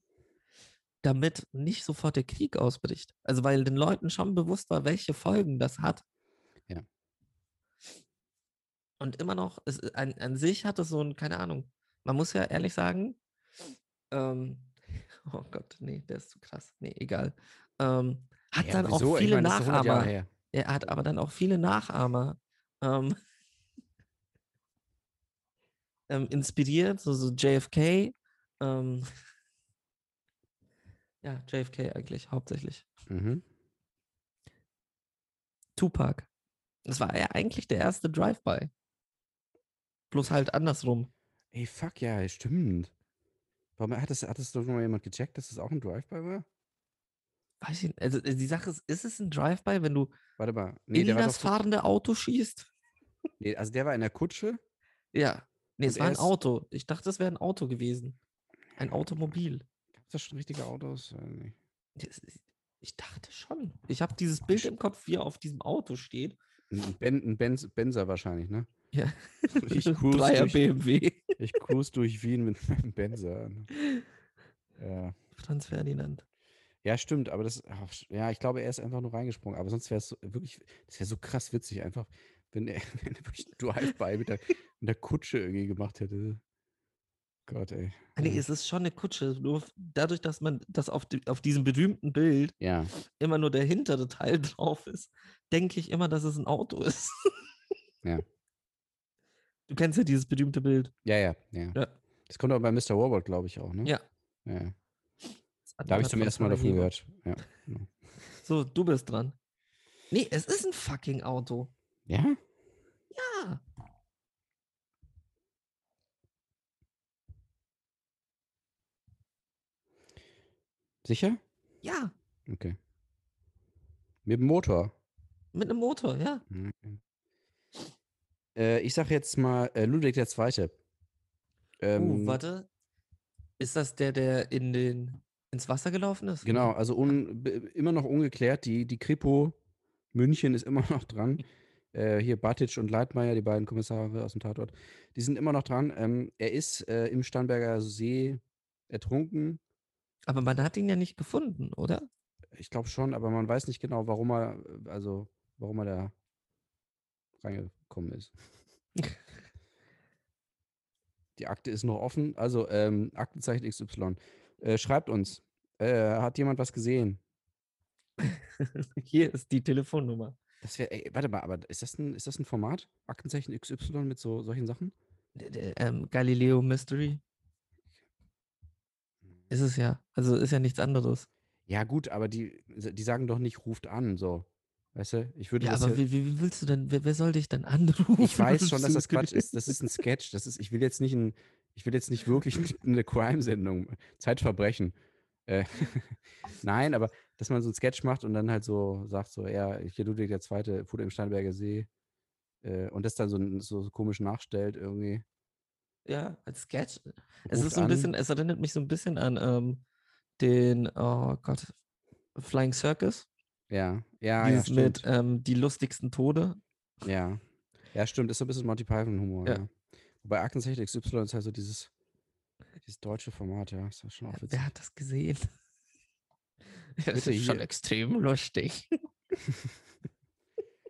S4: damit nicht sofort der Krieg ausbricht. Also, weil den Leuten schon bewusst war, welche Folgen das hat.
S1: Ja.
S4: Und immer noch, es, i- an, an sich hat es so ein, keine Ahnung, man muss ja ehrlich sagen, ähm, oh Gott, nee, der ist zu krass. Nee, egal. Ähm, hat
S1: ja,
S4: dann
S1: wieso?
S4: auch
S1: Ich
S4: viele
S1: meine, das ist 100 Jahre
S4: Nachahmer.
S1: her.
S4: Er hat aber dann auch viele Nachahmer ähm, ähm, inspiriert, so, so JFK. Ähm, ja, JFK eigentlich hauptsächlich.
S1: Mhm.
S4: Tupac. Das war ja eigentlich der erste Drive-By. Bloß halt andersrum.
S1: Ey, fuck, ja, stimmt. Warum hat das, hat das doch mal jemand gecheckt, dass das auch ein Drive-By war?
S4: Weiß ich, nicht, also äh, die Sache ist, ist es ein Drive-By, wenn du
S1: Warte mal. Nee,
S4: in
S1: der war
S4: das
S1: doch, so-
S4: fahrende Auto schießt?
S1: nee, also der war in der Kutsche.
S4: Ja. Nee,
S1: Und
S4: es war
S1: er
S4: ein
S1: ist-
S4: Auto. Ich dachte, es wäre ein Auto gewesen. Ein
S1: Ja.
S4: Automobil.
S1: Ist das schon richtige Autos? Äh, nee.
S4: Das ist- Ich dachte schon. Ich habe dieses Bild im Kopf, wie er auf diesem Auto steht.
S1: Ein- Ein, ben, ein Benz, Benzer wahrscheinlich, ne?
S4: Ja.
S1: Ich cruise,
S4: Dreier
S1: durch,
S4: BMW.
S1: ich cruise durch Wien mit meinem Benzer. Ne? Ja.
S4: Franz Ferdinand.
S1: ja, stimmt, aber das, ach, sch- ja, ich glaube, er ist einfach nur reingesprungen. Aber sonst wäre es so, wirklich, das wäre so krass witzig einfach, wenn er, wenn er wirklich ein Drive-By mit der, mit der Kutsche irgendwie gemacht hätte. Gott, ey.
S4: Ah, Nee,
S1: Ja.
S4: es ist schon eine Kutsche. Nur f- dadurch, dass man das auf, di- auf diesem berühmten Bild
S1: Ja.
S4: immer nur der hintere Teil drauf ist, denke ich immer, dass es ein Auto ist.
S1: Ja.
S4: Du kennst ja dieses berühmte Bild.
S1: Ja, ja, ja.
S4: Ja.
S1: Das kommt aber bei Mr. Robot, glaube ich, auch, ne?
S4: Ja.
S1: ja.
S4: Das
S1: Da
S4: hat
S1: habe
S4: man
S1: ich
S4: halt
S1: zum
S4: von
S1: ersten Mal davon
S4: Sarajevo.
S1: gehört. Ja.
S4: So, du bist dran. Nee, es ist ein fucking Auto.
S1: ja?
S4: Ja.
S1: Sicher?
S4: Ja.
S1: Okay. Mit dem Motor.
S4: Mit einem Motor, ja.
S1: Mhm. Äh, ich sage jetzt mal äh, Ludwig der Zweite.
S4: oh,
S1: Ähm,
S4: warte. Ist das der, der in den, ins Wasser gelaufen ist?
S1: Genau, also un, b- immer noch ungeklärt. Die, die Kripo München ist immer noch dran. Äh, hier Batic und Leitmeier, die beiden Kommissare aus dem Tatort, die sind immer noch dran. Ähm, er ist äh, im Starnberger See ertrunken.
S4: Aber man hat ihn ja nicht gefunden, oder?
S1: Ich glaube schon, aber man weiß nicht genau, warum er, äh, also warum er da reingekommen ist. Die Akte ist noch offen. Also, ähm, Aktenzeichen XY. Äh, schreibt uns. Äh, hat jemand was gesehen?
S4: Hier ist die Telefonnummer.
S1: Das wäre, ey, warte mal, aber ist das ein, ist das ein Format? Aktenzeichen XY mit so solchen Sachen?
S4: D- d- Ähm, Galileo Mystery. Ist es ja. Also ist ja nichts anderes.
S1: Ja, gut, aber die, die sagen doch nicht, ruft an, so. Weißt du, ich würde
S4: Ja,
S1: das.
S4: aber
S1: ja,
S4: wie, wie wie willst du denn, wer, wer soll dich dann anrufen?
S1: ich weiß schon, dass
S4: So
S1: das Quatsch ist. Das ist ein Sketch. Das ist, ich will jetzt nicht ein, ich will jetzt nicht wirklich eine Crime-Sendung, Zeitverbrechen. Äh, Nein, aber dass man so einen Sketch macht und dann halt so sagt, so, ja, hier Ludwig der Zweite, Futter im Steinberger See. Äh, und das dann so, so komisch nachstellt irgendwie.
S4: Ja, als Sketch. Es
S1: Ruft
S4: ist so ein
S1: an.
S4: bisschen, es erinnert mich so ein bisschen an ähm, den, oh Gott, Flying Circus.
S1: Ja, ja, ja.
S4: dieses mit
S1: Stimmt.
S4: ähm, die lustigsten Tode.
S1: Ja. Ja, stimmt, ist so ein bisschen Monty Python-Humor, ja.
S4: Ja.
S1: Wobei Aktenzeichen XY ist halt so dieses, dieses deutsche Format, ja. Ist ja schon auch
S4: Wer-
S1: witzig.
S4: Wer hat das gesehen? Ja, das
S1: Bitte
S4: ist schon
S1: hier.
S4: extrem lustig.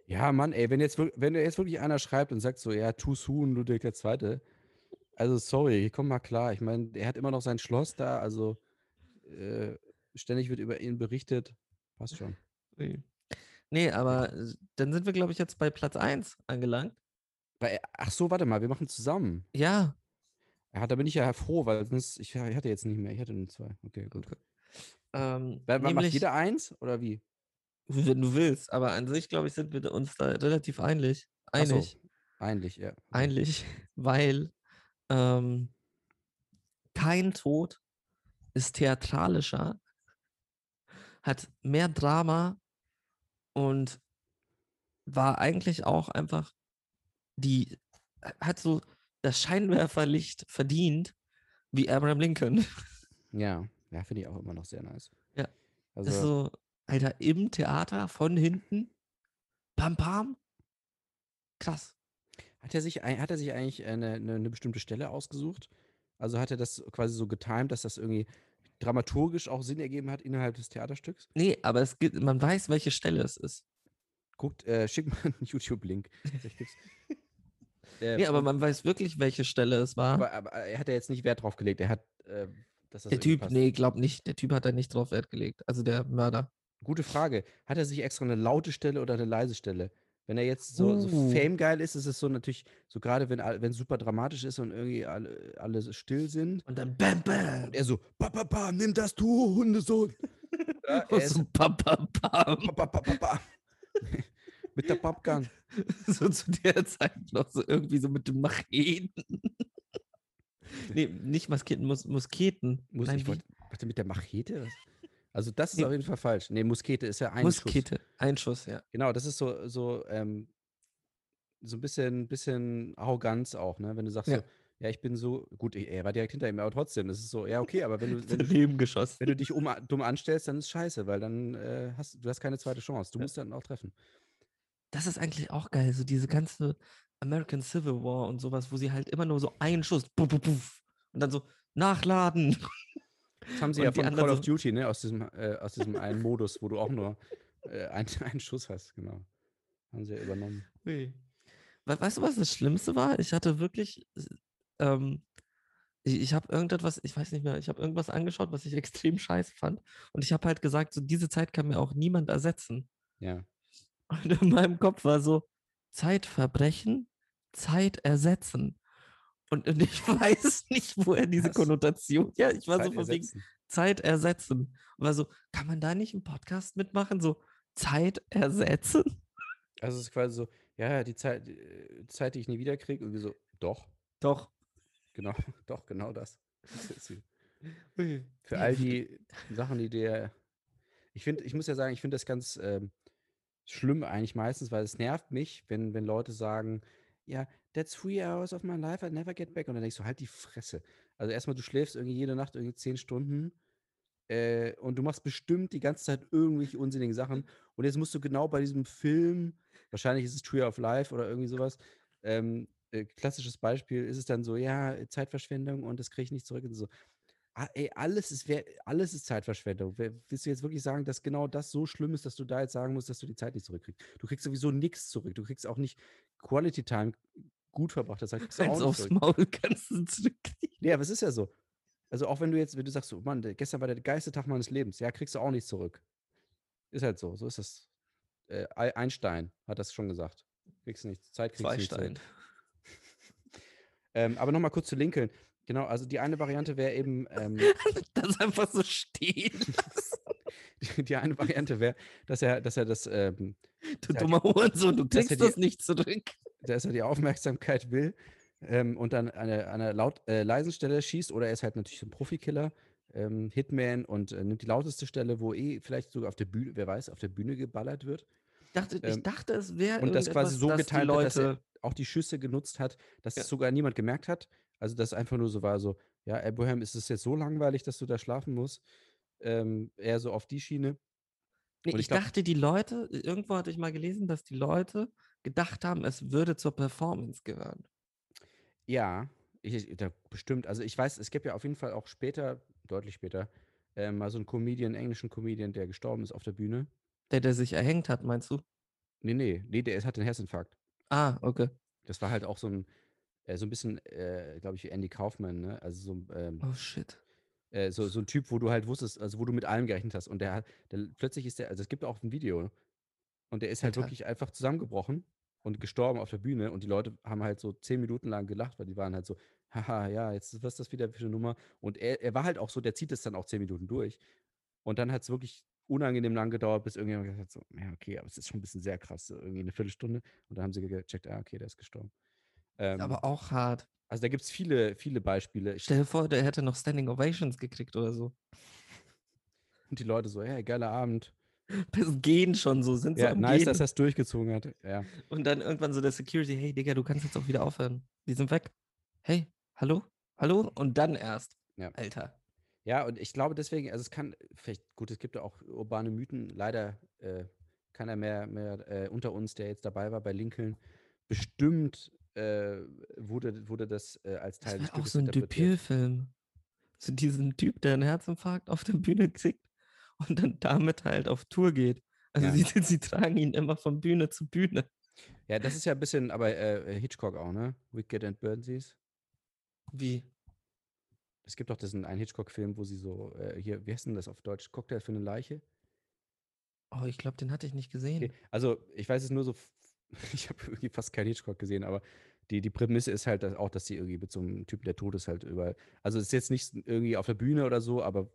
S1: Ja, Mann, ey, wenn jetzt, wir- wenn dir jetzt wirklich einer schreibt und sagt so, ja, too soon, Ludwig der Zweite. Also, sorry, komm mal klar. Ich meine, er hat immer noch sein Schloss da, also äh, ständig wird über ihn berichtet. Passt schon.
S4: Ui. Nee, aber äh, dann sind wir, glaube ich, jetzt bei Platz 1 angelangt.
S1: Bei, ach so, warte mal, wir machen zusammen.
S4: Ja.
S1: Ja, da bin ich ja froh, weil sonst, ich, ich hatte jetzt nicht mehr, ich hatte nur zwei. Okay, gut.
S4: Okay. Ähm,
S1: Weil, weil macht
S4: nämlich,
S1: jeder eins oder wie?
S4: wenn du willst, aber an sich, glaube ich, sind wir uns da relativ einig.
S1: Ach so,
S4: Einig.
S1: Eigentlich, ja.
S4: Eigentlich, weil ähm, kein Tod ist theatralischer, hat mehr Drama und war eigentlich auch einfach die, hat so das Scheinwerferlicht verdient wie Abraham Lincoln.
S1: Ja, ja finde ich auch immer noch sehr nice.
S4: Ja.
S1: Also,
S4: Das ist so, Alter, im Theater von hinten, pam, pam, krass.
S1: hat, er sich, ein- hat er sich eigentlich äh, eine, eine, eine ne bestimmte Stelle ausgesucht? Also hat er das quasi so getimt, dass das irgendwie dramaturgisch auch Sinn ergeben hat innerhalb des Theaterstücks?
S4: Nee, aber es gibt, man weiß, welche Stelle es ist.
S1: Guckt, äh, schickt mal einen YouTube-Link. Vielleicht gibt's- Äh,
S4: Nee, aber
S1: und-
S4: man weiß wirklich, welche Stelle es war.
S1: aber, aber er hat ja jetzt nicht Wert drauf gelegt. Er hat, äh, dass das
S4: der
S1: irgendwie
S4: Typ,
S1: passt.
S4: nee, glaub nicht, der Typ hat da nicht drauf Wert gelegt. Also der Mörder.
S1: Gute Frage. Hat er sich extra eine laute Stelle oder eine leise Stelle? Wenn er jetzt so, so
S4: Uh.
S1: famegeil ist, ist es so natürlich, so gerade wenn es super dramatisch ist und irgendwie alle, alle so still sind.
S4: Und dann bam,
S1: Und
S4: bam.
S1: er so, Papa, Papa, nimm das, du Hundesohn. Ja, er
S4: Und
S1: ist,
S4: so bam, bam, bam.
S1: "Pa, pa, pa, pa, pa." Mit der Popgun.
S4: So zu der Zeit noch so irgendwie so mit dem Macheten. nee, nicht Masketen, Mus Musketen.
S1: Muss
S4: Nein,
S1: ich
S4: wie?
S1: wollte, warte, mit der Machete? Was? Also das ist
S4: Nee.
S1: auf jeden Fall falsch. Nee, Muskete ist ja ein Schuss.
S4: Muskete. Ein Schuss, ja.
S1: Genau, das ist so, so, ähm, so ein bisschen, bisschen Arroganz auch, ne? Wenn du sagst,
S4: Ja.
S1: So, ja, ich bin so, gut, ich- er war direkt hinter ihm, aber trotzdem, das ist so, ja, okay, aber wenn du, wenn du,
S4: Daneben geschossen.
S1: wenn du dich um, dumm anstellst, dann ist scheiße, weil dann äh, hast du hast keine zweite Chance. Du
S4: Ja.
S1: musst dann auch treffen.
S4: Das ist eigentlich auch geil, so diese ganze American Civil War und sowas, wo sie halt immer nur so einen Schuss, puff, puff, puff, und dann so nachladen.
S1: Das haben sie
S4: Und
S1: ja
S4: die
S1: von Call
S4: anderen
S1: of
S4: so-
S1: Duty, ne? Aus diesem, äh, aus diesem einen Modus, wo du auch nur äh, einen, einen Schuss hast, genau. Haben sie ja übernommen.
S4: Ui. We weißt du, was das Schlimmste war? Ich hatte wirklich, s- ähm, ich, ich habe irgendetwas, ich weiß nicht mehr, ich habe irgendwas angeschaut, was ich extrem scheiße fand. Und ich habe halt gesagt, so diese Zeit kann mir auch niemand ersetzen.
S1: Ja.
S4: Und in meinem Kopf war so, Zeitverbrechen, Zeit ersetzen. Und, und ich weiß nicht, woher diese
S1: Was?
S4: Konnotation. Ja, ich war
S1: Zeit
S4: so von wegen,
S1: ersetzen.
S4: Zeit ersetzen. Und war so, kann man da nicht einen Podcast mitmachen? So, Zeit ersetzen?
S1: Also es ist quasi so, ja, ja, die Zeit, äh, Zeit, die ich nie wiederkriege, irgendwie so, doch.
S4: Doch.
S1: Genau, doch, genau das. Das ist sie.
S4: Ui.
S1: Für
S4: Ja,
S1: all
S4: wie-
S1: die Sachen, die dir. Ich finde, ich muss ja sagen, ich finde das ganz ähm, schlimm eigentlich meistens, weil es nervt mich, wenn, wenn Leute sagen, ja, that's three hours of my life, I never get back. Und dann denkst du, halt die Fresse. Also erstmal, du schläfst irgendwie jede Nacht irgendwie zehn Stunden äh, und du machst bestimmt die ganze Zeit irgendwelche unsinnigen Sachen. Und jetzt musst du genau bei diesem Film, wahrscheinlich ist es Tree of Life oder irgendwie sowas, ähm, äh, klassisches Beispiel ist es dann so, ja, äh, Zeitverschwendung und das kriege ich nicht zurück. Und so, ah, ey, alles ist, wer- alles ist Zeitverschwendung. Wer- Willst du jetzt wirklich sagen, dass genau das so schlimm ist, dass du da jetzt sagen musst, dass du die Zeit nicht zurückkriegst? Du kriegst sowieso nichts zurück. Du kriegst auch nicht Quality Time gut verbracht. Das heißt, kriegst du
S4: Eins
S1: auch nicht
S4: aufs
S1: zurück.
S4: Maul kannst du zurückkriegen.
S1: Ja, Ne, aber es ist ja so. Also auch wenn du jetzt, wenn du sagst, so, Mann, der- gestern war der geilste Tag meines Lebens, ja, kriegst du auch nichts zurück. Ist halt so, so ist das. Äh, Ei- Einstein hat das schon gesagt. Kriegst du nichts, Zeit kriegst du nicht zurück.
S4: Zweistein.
S1: Ähm, aber nochmal kurz zu Lincoln. Genau, also die eine Variante wäre eben, ähm,
S4: Das einfach so stehen. lassen,
S1: die, die eine Variante wäre, dass er, dass er das, ähm,
S4: Du
S1: Ja,
S4: dummer Hurensohn, du
S1: dass er
S4: kriegst
S1: die-
S4: das nicht zurück.
S1: dass er die Aufmerksamkeit will ähm, und dann an einer, an einer laut, äh, leisen Stelle schießt oder er ist halt natürlich ein Profikiller, ähm, Hitman und äh, nimmt die lauteste Stelle, wo eh vielleicht sogar auf der Bühne, wer weiß, auf der Bühne geballert wird.
S4: Ich dachte,
S1: Ähm,
S4: ich dachte es wäre
S1: und das quasi
S4: irgendetwas,
S1: so
S4: dass die
S1: getimt wird, dass er-
S4: Leute.
S1: Auch die Schüsse genutzt hat, dass
S4: Ja.
S1: es sogar niemand gemerkt hat. Also dass einfach nur so war, so, ja, Abraham, ist es jetzt so langweilig, dass du da schlafen musst? Ähm, eher so auf die Schiene.
S4: Nee,
S1: und ich
S4: ich
S1: glaub-
S4: dachte, die Leute, irgendwo hatte ich mal gelesen, dass die Leute gedacht haben, es würde zur Performance gehören.
S1: Ja, ich, ich- da bestimmt. Also ich weiß, es gibt ja auf jeden Fall auch später, deutlich später, äh, mal so einen Comedian, englischen Comedian, der gestorben ist auf der Bühne.
S4: Der, der sich erhängt hat, meinst du?
S1: Nee, nee, nee, Ne, der ist- hat den Herzinfarkt.
S4: Ah, okay.
S1: Das war halt auch so ein, äh, so ein bisschen, äh, glaube ich, wie Andy Kaufman, ne? Also so ein, ähm,
S4: Oh shit.
S1: Äh, so, so ein Typ, wo du halt wusstest, also wo du mit allem gerechnet hast. Und der hat, der, plötzlich ist der, also es gibt auch ein Video. Und der ist halt
S4: Alter.
S1: wirklich einfach zusammengebrochen und gestorben auf der Bühne. Und die Leute haben halt so zehn Minuten lang gelacht, weil die waren halt so, haha, ja, jetzt ist- was ist das wieder für eine Nummer. Und er, er war halt auch so, der zieht es dann auch zehn Minuten durch. Und dann hat es wirklich unangenehm lang gedauert, bis irgendjemand gesagt hat, so, ja, okay, aber es ist schon ein bisschen sehr krass, so irgendwie eine Viertelstunde. Und dann haben sie gecheckt, ah, okay, der ist gestorben. Ähm,
S4: Aber auch hart.
S1: also da gibt es viele, viele Beispiele. Ich-
S4: Stell dir vor, der hätte noch Standing Ovations gekriegt oder so.
S1: Und die Leute so, hey, geiler Abend.
S4: Das Gehen schon so, sind so
S1: Ja,
S4: am
S1: nice,
S4: Gehen.
S1: dass er es durchgezogen hat. Ja.
S4: Und dann irgendwann so der Security, hey Digga, du kannst jetzt auch wieder aufhören. Die sind weg. Hey, hallo, hallo. Und dann erst.
S1: Ja.
S4: Alter.
S1: ja, und ich glaube deswegen, also es kann, vielleicht, gut, es gibt ja auch urbane Mythen, leider äh, keiner mehr, mehr äh, unter uns, der jetzt dabei war bei Lincoln, bestimmt äh, wurde, wurde das äh, als
S4: Das
S1: Teil des
S4: war auch
S1: Stückes
S4: so ein
S1: interpretiert.
S4: Dupieux-Film. Zu diesem Typ, der einen Herzinfarkt auf der Bühne kriegt und dann damit halt auf Tour geht. Also
S1: Ja.
S4: sie, sie tragen ihn immer von Bühne zu Bühne.
S1: Ja, das ist ja ein bisschen, aber äh, Hitchcock auch, ne? Wicked and Burnsies.
S4: Wie?
S1: Es gibt doch diesen einen Hitchcock-Film, wo sie so, äh, hier, wie heißt denn das auf Deutsch? Cocktail für eine Leiche?
S4: Oh, ich glaube, den hatte ich nicht gesehen.
S1: Okay. Also, ich weiß es nur so, f- ich habe irgendwie fast keinen Hitchcock gesehen, aber die, die Prämisse ist halt dass auch, dass sie irgendwie mit so einem Typen, der tot ist, halt überall. Also, es ist jetzt nicht s- irgendwie auf der Bühne oder so, aber,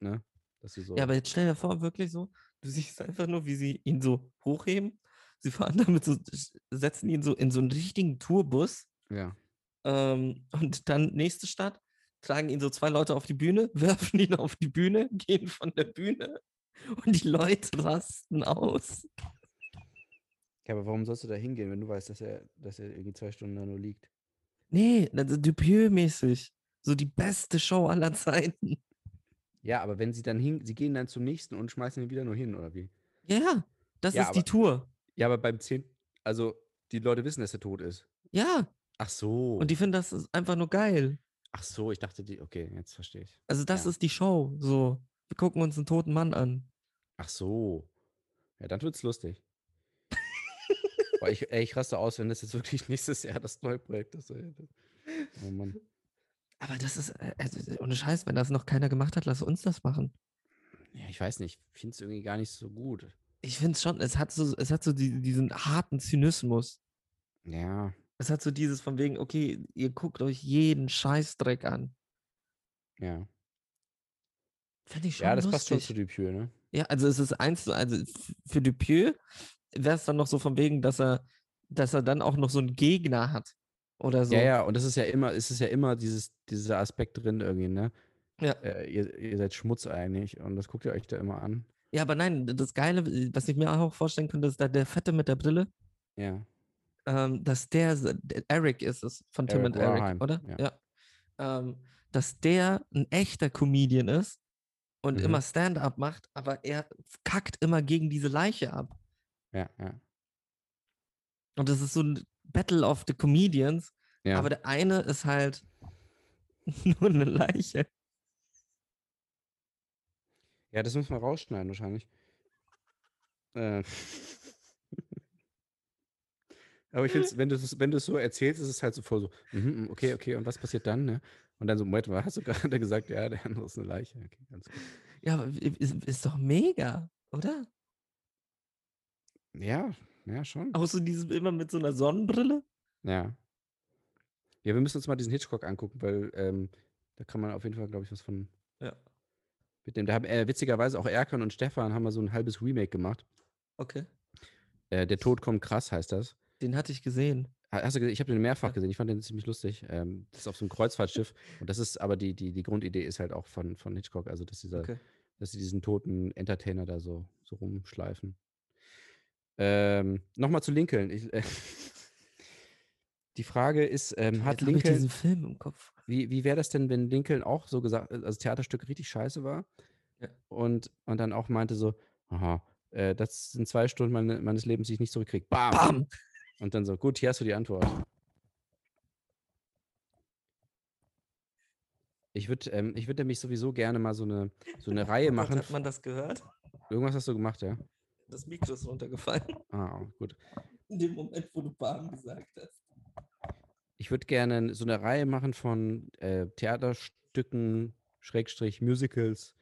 S1: ne? Dass sie so.
S4: Ja, aber jetzt stell dir vor, wirklich so, du siehst einfach nur, wie sie ihn so hochheben. Sie fahren damit so, sch- setzen ihn so in so einen richtigen Tourbus
S1: ja.
S4: ähm, und dann nächste Stadt, tragen ihn so zwei Leute auf die Bühne, werfen ihn auf die Bühne, gehen von der Bühne und die Leute rasten aus.
S1: ja, aber warum sollst du da hingehen, wenn du weißt, dass er, dass er irgendwie zwei Stunden da nur liegt?
S4: Nee, also Dupieux-mäßig. So die beste Show aller Zeiten.
S1: Ja, aber wenn sie dann hin, sie gehen dann zum nächsten und schmeißen ihn wieder nur hin, oder wie?
S4: Ja, das
S1: Ja,
S4: ist die
S1: aber-
S4: Tour.
S1: Ja, aber beim 10. Also, die Leute wissen, dass er tot ist.
S4: Ja,
S1: Ach so.
S4: und die finden das ist einfach nur geil.
S1: Ach so, ich dachte, die. Okay, jetzt verstehe ich.
S4: Also das
S1: Ja.
S4: ist die Show. So, wir gucken uns einen toten Mann an.
S1: Ach so. Ja, dann wird's lustig. Boah, ich, ey, ich raste aus, wenn das jetzt wirklich nächstes Jahr das neue Projekt ist. ey. Das- Oh Mann.
S4: Aber das ist, äh, also, ohne Scheiß, wenn das noch keiner gemacht hat, lass uns das machen.
S1: Ja, ich weiß nicht, ich finde es irgendwie gar nicht so gut.
S4: Ich finde es schon, es hat so, es hat so die, diesen harten Zynismus.
S1: Ja,
S4: Es hat so dieses von wegen, okay, ihr guckt euch jeden Scheißdreck an.
S1: ja.
S4: Fände ich schon
S1: Ja, das passt
S4: lustig.
S1: schon zu Dupieux, ne?
S4: Ja, also es ist eins, zu- also f- für Dupieux wäre es dann noch so von wegen, dass er, dass er dann auch noch so einen Gegner hat. Oder so.
S1: Ja, ja, und das ist ja immer, es ist ja immer dieses, dieser Aspekt drin irgendwie, ne?
S4: Ja.
S1: Äh, ihr, ihr seid Schmutz eigentlich und das guckt ihr euch da immer an.
S4: Ja, aber nein, das Geile, äh, was ich mir auch vorstellen könnte, ist da der Fette mit der Brille,
S1: Ja.
S4: ähm, dass der, se- der- Eric ist es, von Tim
S1: Eric
S4: und Eric,
S1: Warheim,
S4: oder?
S1: ja.
S4: Ja. Ähm, dass der ein echter Comedian ist und
S1: Mhm.
S4: immer Stand-up macht, aber er kackt immer gegen diese Leiche ab.
S1: Ja, ja.
S4: Und das ist so ein Battle of the Comedians,
S1: ja.
S4: aber der eine ist halt nur eine Leiche.
S1: Ja, das müssen wir rausschneiden wahrscheinlich. Äh. Aber ich find's, wenn du es wenn du es so erzählst, ist es halt so voll so, mhm, mhm, okay, okay, und was passiert dann, ne? Und dann so, Moment mal, hast du gerade gesagt, ja, der andere ist eine Leiche. Okay, ganz gut.
S4: Ja, aber i- ist, ist doch mega, oder?
S1: Ja, ja, schon.
S4: Auch so diesem immer mit so einer Sonnenbrille.
S1: Ja. Ja, wir müssen uns mal diesen Hitchcock angucken, weil ähm, da kann man auf jeden Fall, glaube ich, was von
S4: Ja.
S1: mitnehmen. Da haben äh, witzigerweise auch Erkan und Stefan haben mal so ein halbes Remake gemacht.
S4: Okay.
S1: Äh, der Tod kommt krass heißt das.
S4: Den hatte ich gesehen.
S1: Ha- Hast du gesehen? Ich habe den mehrfach gesehen. Ich fand den ziemlich lustig. Ähm, das ist auf so einem Kreuzfahrtschiff. Und das ist aber die, die, die Grundidee ist halt auch von, von Hitchcock. Also, dass, dieser,
S4: Okay.
S1: dass sie diesen toten Entertainer da so, so rumschleifen. Ähm, Nochmal zu Lincoln. Ich, äh, die Frage ist: ähm, Hat
S4: Jetzt habe ich diesen
S1: Lincoln.
S4: Film im Kopf.
S1: Wie, wie wäre das denn, wenn Lincoln auch so gesagt, also Theaterstück richtig scheiße war?
S4: Ja.
S1: Und, und dann auch meinte so: Aha, äh, das sind zwei Stunden meine, meines Lebens, die ich nicht zurückkriege. Bam!
S4: Bam!
S1: Und dann so: Gut, hier hast du die Antwort. Ich würde ähm, ich würd nämlich sowieso gerne mal so eine, so eine Reihe
S4: Oh Gott,
S1: machen.
S4: Hat man das gehört?
S1: Irgendwas hast du gemacht, ja?
S4: Das Mikro ist runtergefallen.
S1: Ah, gut.
S4: In dem Moment, wo du Bam gesagt hast.
S1: Ich würde gerne so eine Reihe machen von äh, Theaterstücken, Schrägstrich Musicals.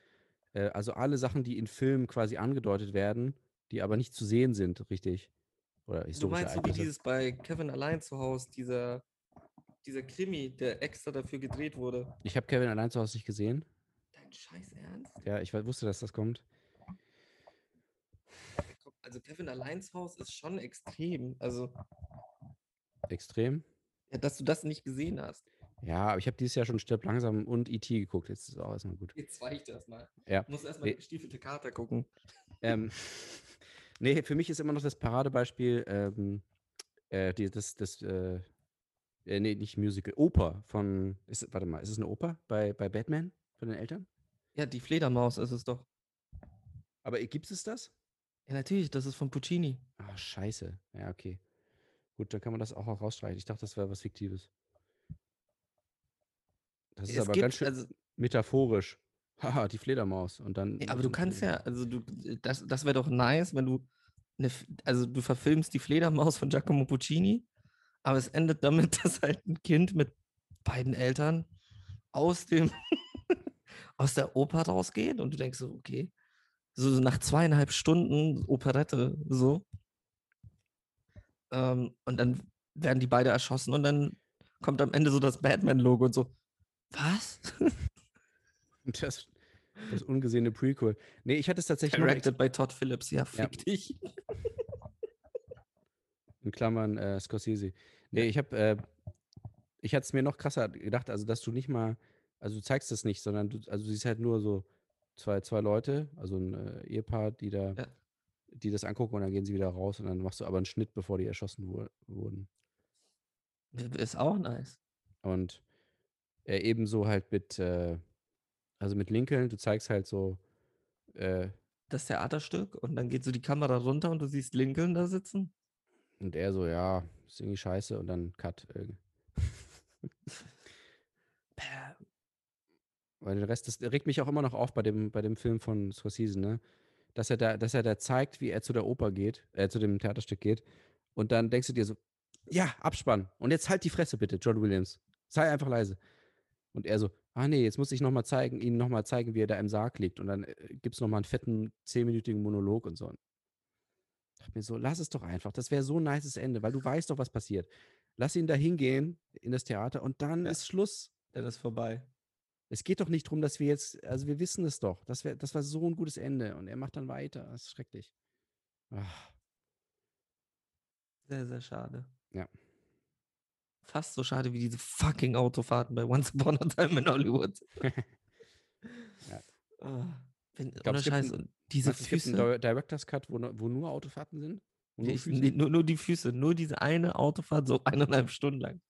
S1: Äh, also alle Sachen, die in Filmen quasi angedeutet werden, die aber nicht zu sehen sind, richtig. Oder
S4: Du
S1: historische
S4: meinst so wie
S1: Ereignisse.
S4: dieses bei Kevin allein zu Hause, dieser, dieser Krimi, der extra dafür gedreht wurde.
S1: ich habe Kevin allein zu Hause nicht gesehen.
S4: Dein Scheiß Ernst?
S1: Ja, ich wa- wusste, dass das kommt.
S4: Also Kevin allein zu Hause ist schon extrem. Also,
S1: Extrem.
S4: ja, dass du das nicht gesehen hast.
S1: Ja, aber ich habe dieses Jahr schon Stirb langsam und E.T. geguckt. Jetzt ist es auch erstmal gut.
S4: Jetzt weicht erstmal.
S1: Ja.
S4: Muss erstmal
S1: Nee.
S4: die gestiefelte Kater gucken.
S1: Ähm, nee, für mich ist immer noch das Paradebeispiel ähm, äh, die, das, das äh, äh, nee, nicht Musical, Oper von, ist, warte mal, ist es eine Oper bei, bei Batman von den Eltern?
S4: Ja, die Fledermaus ist es doch.
S1: Aber gibt es das?
S4: Ja, natürlich, das ist von Puccini.
S1: Ah, scheiße. Ja, okay. Gut, dann kann man das auch noch rausstreichen. Ich dachte, das wäre was Fiktives. Das ist aber ganz schön
S4: also,
S1: metaphorisch. Haha, die Fledermaus. Und dann.
S4: nee, aber du kannst ja, also du, das, das wäre doch nice, wenn du, eine, F- also du verfilmst die Fledermaus von Giacomo Puccini, aber es endet damit, dass halt ein Kind mit beiden Eltern aus dem, aus der Oper rausgeht und du denkst so, okay, so so nach zweieinhalb Stunden Operette, so. Ähm, und dann werden die beide erschossen und dann kommt am Ende so das Batman-Logo und so, was?
S1: Das, das ungesehene Prequel. Nee, ich hatte es tatsächlich. noch ex-
S4: Directed by Todd Phillips, ja, fick dich.
S1: In Klammern äh, Scorsese. Nee, ich habe, äh, ich hatte es mir noch krasser gedacht, also dass du nicht mal, also du zeigst es nicht, sondern du, also du siehst halt nur so zwei, zwei Leute, also ein äh, Ehepaar, die da,
S4: Ja.
S1: die das angucken und dann gehen sie wieder raus und dann machst du aber einen Schnitt, bevor die erschossen wu- wurden.
S4: Ist auch nice.
S1: Und äh, ebenso halt mit, äh, also mit Lincoln, du zeigst halt so, äh,
S4: Das Theaterstück und dann geht so die Kamera runter und du siehst Lincoln da sitzen.
S1: und er so, ja, ist irgendwie scheiße und dann Cut. äh, Irgendwie.
S4: Bäh.
S1: Weil der Rest, das regt mich auch immer noch auf bei dem, bei dem Film von Scorsese, ne? Dass er da, dass er da zeigt, wie er zu der Oper geht, äh, zu dem Theaterstück geht. Und dann denkst du dir so, ja, Abspann. Und jetzt halt die Fresse bitte, John Williams. Sei einfach leise. Und er so, ah nee, jetzt muss ich nochmal zeigen, ihnen nochmal zeigen, wie er da im Sarg liegt. Und dann äh, gibt es nochmal einen fetten, zehnminütigen Monolog und so. Ich dachte mir so, lass es doch einfach. Das wäre so ein nices Ende, weil du weißt doch, was passiert. Lass ihn da hingehen in das Theater und dann
S4: Ja.
S1: ist Schluss.
S4: Dann ist vorbei.
S1: Es geht doch nicht darum, dass wir jetzt, also wir wissen es doch. Das, wär, das war so ein gutes Ende und er macht dann weiter. Das ist schrecklich. Ah, Ach,
S4: Sehr, sehr schade.
S1: Ja.
S4: Fast so schade wie diese fucking Autofahrten bei Once Upon a Time in Hollywood.
S1: Ja.
S4: Ah, wenn,
S1: glaub,
S4: ohne
S1: es gibt
S4: Scheiß.
S1: ein-
S4: Und diese
S1: meinst du, es
S4: Füße.
S1: gibt einen Di- Director's Cut, wo, nur- wo nur Autofahrten sind? Wo
S4: Nee,
S1: nur
S4: ich,
S1: Füße?
S4: nee, nur, nur die Füße, nur diese eine Autofahrt, so eineinhalb Stunden lang.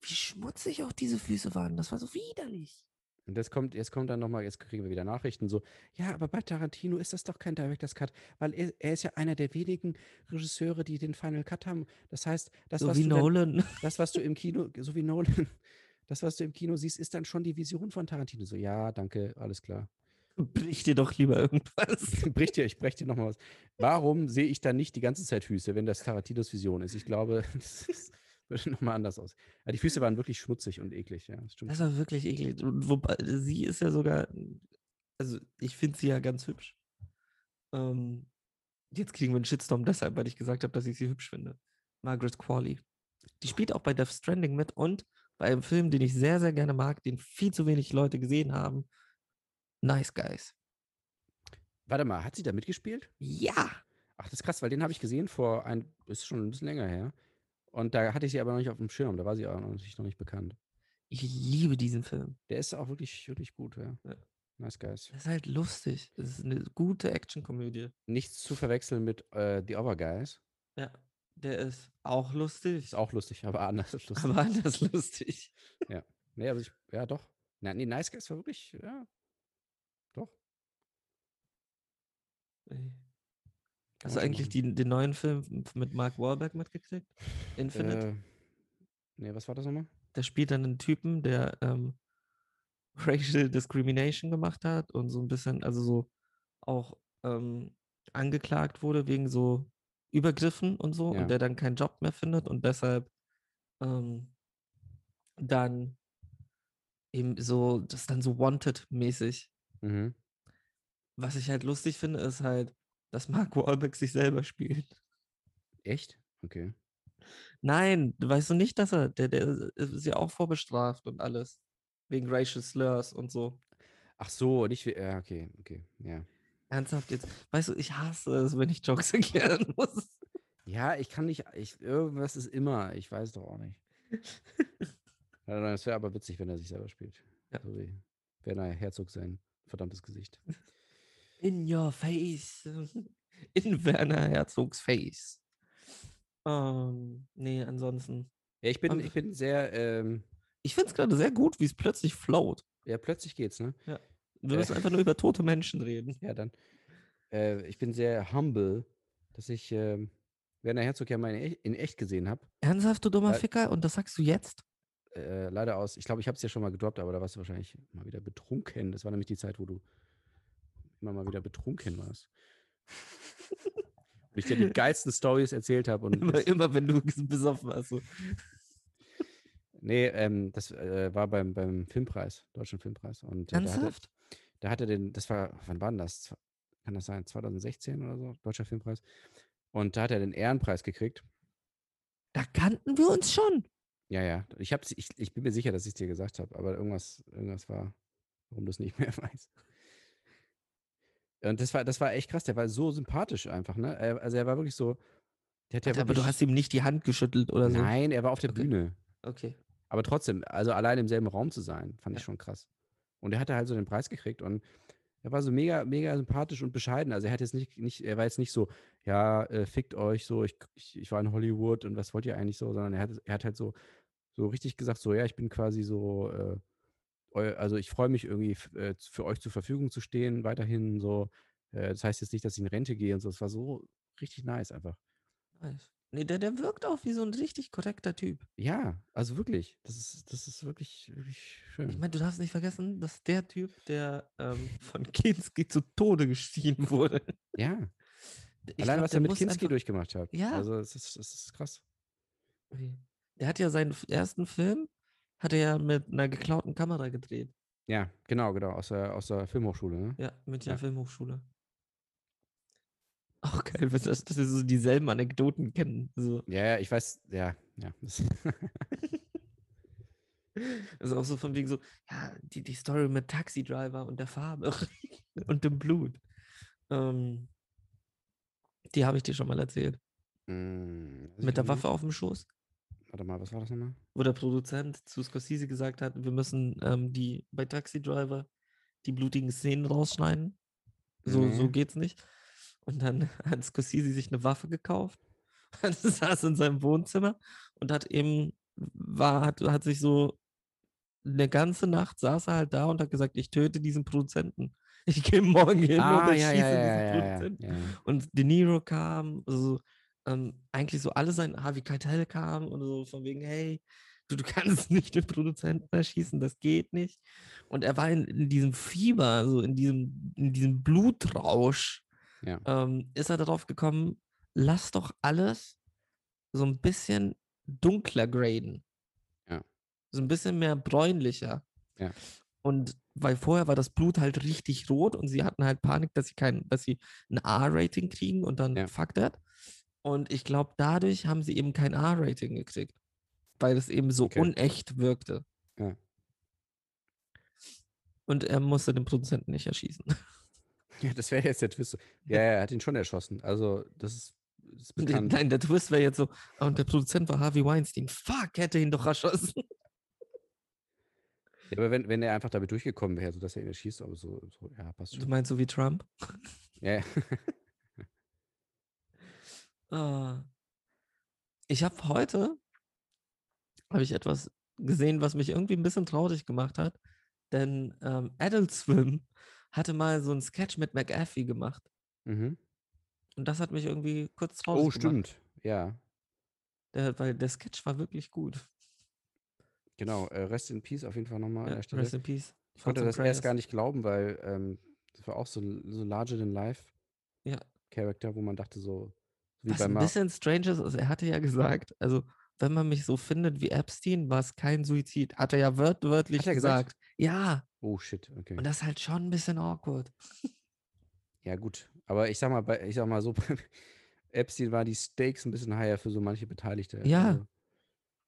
S4: Wie schmutzig auch diese Füße waren. Das war so widerlich.
S1: Und das kommt, jetzt kommt dann nochmal, jetzt kriegen wir wieder Nachrichten so, ja, aber bei Tarantino ist das doch kein Director's Cut, weil er, er ist ja einer der wenigen Regisseure, die den Final Cut haben. Das heißt, das,
S4: so
S1: was
S4: wie
S1: du dann,
S4: Nolan.
S1: das, was du im Kino, so wie Nolan, das, was du im Kino siehst, ist dann schon die Vision von Tarantino. So, ja, danke, alles klar.
S4: Brich dir doch lieber irgendwas.
S1: brich dir, ich brech dir nochmal was. Warum sehe ich da nicht die ganze Zeit Füße, wenn das Tarantinos Vision ist? Ich glaube, das ist- würde nochmal anders aus. Ja, die Füße waren wirklich schmutzig und eklig, ja. Das stimmt.
S4: Das war wirklich eklig. Und wobei, sie ist ja sogar, also ich finde sie ja ganz hübsch. Ähm, jetzt kriegen wir einen Shitstorm deshalb, weil ich gesagt habe, dass ich sie hübsch finde. Margaret Qualley. Die spielt auch bei Death Stranding mit und bei einem Film, den ich sehr, sehr gerne mag, den viel zu wenig Leute gesehen haben. Nice Guys.
S1: Warte mal, hat sie da mitgespielt?
S4: Ja!
S1: Ach, das ist krass, weil den habe ich gesehen vor ein, ist schon ein bisschen länger her. Und da hatte ich sie aber noch nicht auf dem Schirm, da war sie auch noch nicht, noch nicht bekannt.
S4: Ich liebe diesen Film.
S1: Der ist auch wirklich, wirklich gut, ja.
S4: Ja.
S1: Nice Guys.
S4: Das ist halt lustig. Das ist eine gute Actionkomödie.
S1: Nichts zu verwechseln mit äh, The Other Guys.
S4: Ja, der ist auch lustig.
S1: Ist auch lustig, aber anders lustig.
S4: Aber anders lustig.
S1: Nee, aber ich, ja, doch. Na, nee, Nice Guys war wirklich, ja. Doch.
S4: Ey.
S1: Kann
S4: Hast
S1: man
S4: du
S1: schon
S4: eigentlich
S1: machen.
S4: die, den neuen Film f- mit Mark Wahlberg mitgekriegt? Infinite?
S1: Äh, nee, was war das nochmal?
S4: Da spielt dann einen Typen, der ähm, Racial Discrimination gemacht hat und so ein bisschen, also so auch ähm, angeklagt wurde wegen so Übergriffen und so
S1: Ja.
S4: und der dann keinen Job mehr findet und deshalb ähm, dann eben so, das ist dann so Wanted-mäßig.
S1: Mhm.
S4: Was ich halt lustig finde, ist halt, dass Mark Wahlberg sich selber spielt.
S1: Echt? Okay.
S4: Nein, du weißt du nicht, dass er, der, der ist ja auch vorbestraft und alles. Wegen Racial Slurs und so.
S1: Ach so, nicht wie. Ja, okay, okay. Ja.
S4: Ernsthaft jetzt. Weißt du, ich hasse es, wenn ich Jokes erklären muss.
S1: Ja, ich kann nicht. Ich, irgendwas ist immer. Ich weiß doch auch nicht. Ja, Es wäre aber witzig, wenn er sich selber spielt.
S4: Ja.
S1: So wie Werner Herzog sein verdammtes Gesicht.
S4: In your face. In Werner Herzogs face. Ähm, nee, ansonsten.
S1: Ja, ich bin,
S4: Ähm,
S1: ich bin sehr. Ähm,
S4: Ich finde es gerade sehr gut, wie es plötzlich float.
S1: ja, plötzlich geht's, ne?
S4: Wir
S1: Äh.
S4: müssen einfach nur über tote Menschen reden.
S1: Ja, dann. Äh, ich bin sehr humble, dass ich ähm, Werner Herzog ja mal in echt, in echt gesehen habe.
S4: Ernsthaft, du dummer
S1: Äh.
S4: Ficker? Und das sagst du jetzt?
S1: Äh, leider aus. Ich glaube, ich habe es ja schon mal gedroppt, aber da warst du wahrscheinlich mal wieder betrunken. Das war nämlich die Zeit, wo du immer mal wieder betrunken warst. Und ich dir die geilsten Stories erzählt habe und
S4: Immer, immer wenn du besoffen hast. So.
S1: Nee, ähm, das äh, war beim, beim Filmpreis, Deutschen Filmpreis. Und äh, da, hat er,
S4: Ernsthaft?
S1: da hat er den, das war, wann war denn das? Zwa- Kann das sein? 2016 oder so, Deutscher Filmpreis. Und da hat er den Ehrenpreis gekriegt.
S4: Da kannten wir uns schon.
S1: Ja, ja. Ich, hab's, ich, ich bin mir sicher, dass ich es dir gesagt habe, aber irgendwas, irgendwas war, warum du es nicht mehr weißt. Und das war, das war echt krass. Der war so sympathisch einfach, ne? Er- Also er war wirklich so. Der hat ja
S4: aber du
S1: wirklich-
S4: hast ihm nicht die Hand geschüttelt oder so.
S1: Nein, er war auf der
S4: Okay.
S1: Bühne.
S4: Okay.
S1: Aber trotzdem, also allein im selben Raum zu sein, fand ich
S4: Ja.
S1: schon krass. Und er hatte halt so den Preis gekriegt und er war so mega, mega sympathisch und bescheiden. Also er hat jetzt nicht, nicht er war jetzt nicht so, ja, äh, fickt euch so, ich, ich, ich war in Hollywood und was wollt ihr eigentlich so, sondern er hat, er hat halt so, so richtig gesagt, so, ja, ich bin quasi so, äh, eu- also ich freue mich irgendwie f- äh, z- für euch zur Verfügung zu stehen, weiterhin so. Äh, das heißt jetzt nicht, dass ich in Rente gehe und so. Es war so richtig nice einfach.
S4: Nice. Nee, der, der wirkt auch wie so ein richtig korrekter Typ.
S1: Ja, also wirklich. Das ist, das ist wirklich, wirklich schön.
S4: Ich meine, du darfst nicht vergessen, dass der Typ, der ähm, von Kinski zu Tode gestiegen wurde.
S1: ja.
S4: Ich
S1: Allein,
S4: glaub,
S1: was
S4: der
S1: er mit
S4: muss
S1: Kinski
S4: einfach-
S1: durchgemacht hat.
S4: Ja.
S1: Also, es ist, es ist krass.
S4: Okay. Der hat ja seinen f- ersten Film, hat er ja mit einer geklauten Kamera gedreht.
S1: Ja, genau, genau. Aus der, aus der Filmhochschule, ne?
S4: Ja, Münchner
S1: Ja.
S4: Filmhochschule. Auch geil, wenn das, dass wir so dieselben Anekdoten kennen. So.
S1: Ja, ja, ich weiß, ja, ja. Das,
S4: Also auch so von wegen so, ja, die, die Story mit Taxi Driver und der Farbe und dem Blut. Ähm, die habe ich dir schon mal erzählt.
S1: Mm, weiß ich
S4: Mit
S1: gar
S4: der
S1: nicht.
S4: Waffe auf dem Schoß,
S1: Warte mal, was war das nochmal?
S4: wo der Produzent zu Scorsese gesagt hat, wir müssen ähm, die bei Taxi Driver die blutigen Szenen rausschneiden. So, so
S1: Mhm.
S4: geht's nicht. Und dann hat Scorsese sich eine Waffe gekauft, saß in seinem Wohnzimmer und hat eben, war, hat, hat sich so eine ganze Nacht saß er halt da und hat gesagt, ich töte diesen Produzenten. Ich gehe morgen hin
S1: Ah,
S4: und erschieße diesen Produzenten.
S1: ja.
S4: Und De Niro kam, also ähm, eigentlich so alle sein Harvey Keitel kam und so von wegen, hey, du, du kannst nicht den Produzenten erschießen, das geht nicht. Und er war in, in diesem Fieber, so in diesem, in diesem Blutrausch,
S1: Ja.
S4: ähm, ist er darauf gekommen, lass doch alles so ein bisschen dunkler graden.
S1: Ja.
S4: So ein bisschen mehr bräunlicher.
S1: Ja.
S4: Und weil vorher war das Blut halt richtig rot und sie hatten halt Panik, dass sie kein, dass sie ein A-Rating kriegen und dann
S1: Ja.
S4: fuck that. Und ich glaube, dadurch haben sie eben kein A-Rating gekriegt, weil es eben so
S1: Okay.
S4: unecht wirkte.
S1: Ja.
S4: Und er musste den Produzenten nicht erschießen.
S1: ja, das wäre jetzt der Twist. Ja, ja, er hat ihn schon erschossen. Also, das ist, ist bekannt.
S4: Nein, der Twist wäre jetzt so, "Ah, und der Produzent war Harvey Weinstein. Fuck, hätte ihn doch erschossen.
S1: Ja, aber wenn, wenn er einfach damit durchgekommen wäre, sodass er ihn erschießt, aber so, so ja, passt
S4: Du
S1: schon.
S4: meinst so wie Trump?
S1: Ja, ja.
S4: Ah. Ich habe heute habe ich etwas gesehen, was mich irgendwie ein bisschen traurig gemacht hat, denn ähm, Adult Swim hatte mal so einen Sketch mit McAfee gemacht
S1: Mhm.
S4: und das hat mich irgendwie kurz traurig
S1: Oh,
S4: gemacht.
S1: stimmt. Ja,
S4: Der, weil der Sketch war wirklich gut.
S1: genau. Äh, Rest in Peace auf jeden Fall nochmal an
S4: Ja,
S1: der Stelle.
S4: rest in peace.
S1: Ich konnte
S4: Thoughts
S1: das
S4: and
S1: erst gar
S4: prayers.
S1: nicht glauben, weil ähm, das war auch so, ein- so larger than life
S4: Ja.
S1: Charakter, wo man dachte so, so wie
S4: Was
S1: bei
S4: ein
S1: Mar
S4: bisschen strange ist, also er hatte ja gesagt, also wenn man mich so findet wie Epstein, war es kein Suizid. Hat er ja wört wörtlich
S1: Hat er gesagt?
S4: gesagt. Ja,
S1: Oh shit, okay.
S4: und das ist halt schon ein bisschen awkward.
S1: Ja, gut. Aber ich sag mal, bei, ich sag mal so, bei Epstein waren die Stakes ein bisschen higher für so manche Beteiligte.
S4: Ja.
S1: Also,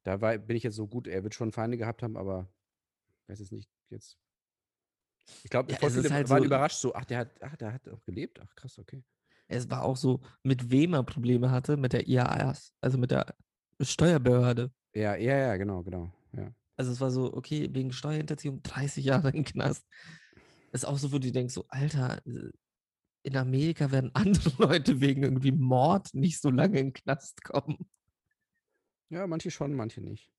S1: da war, bin ich jetzt so gut, er wird schon Feinde gehabt haben, aber weiß jetzt nicht jetzt. Ich glaube,
S4: Ja,
S1: voll
S4: es ist
S1: viele
S4: halt
S1: waren
S4: so-
S1: überrascht so, ach, der hat, ach, der hat auch gelebt. Ach krass, okay.
S4: Es war auch so, mit wem er Probleme hatte, mit der IAS, also mit der Steuerbehörde.
S1: Ja, ja, ja, genau, genau. Ja.
S4: Also es war so, okay, wegen Steuerhinterziehung 30 Jahre im Knast. Ist auch so, wo du denkst, so, Alter, äh, in Amerika werden andere Leute wegen irgendwie Mord nicht so lange in den Knast kommen.
S1: ja, manche schon, manche nicht.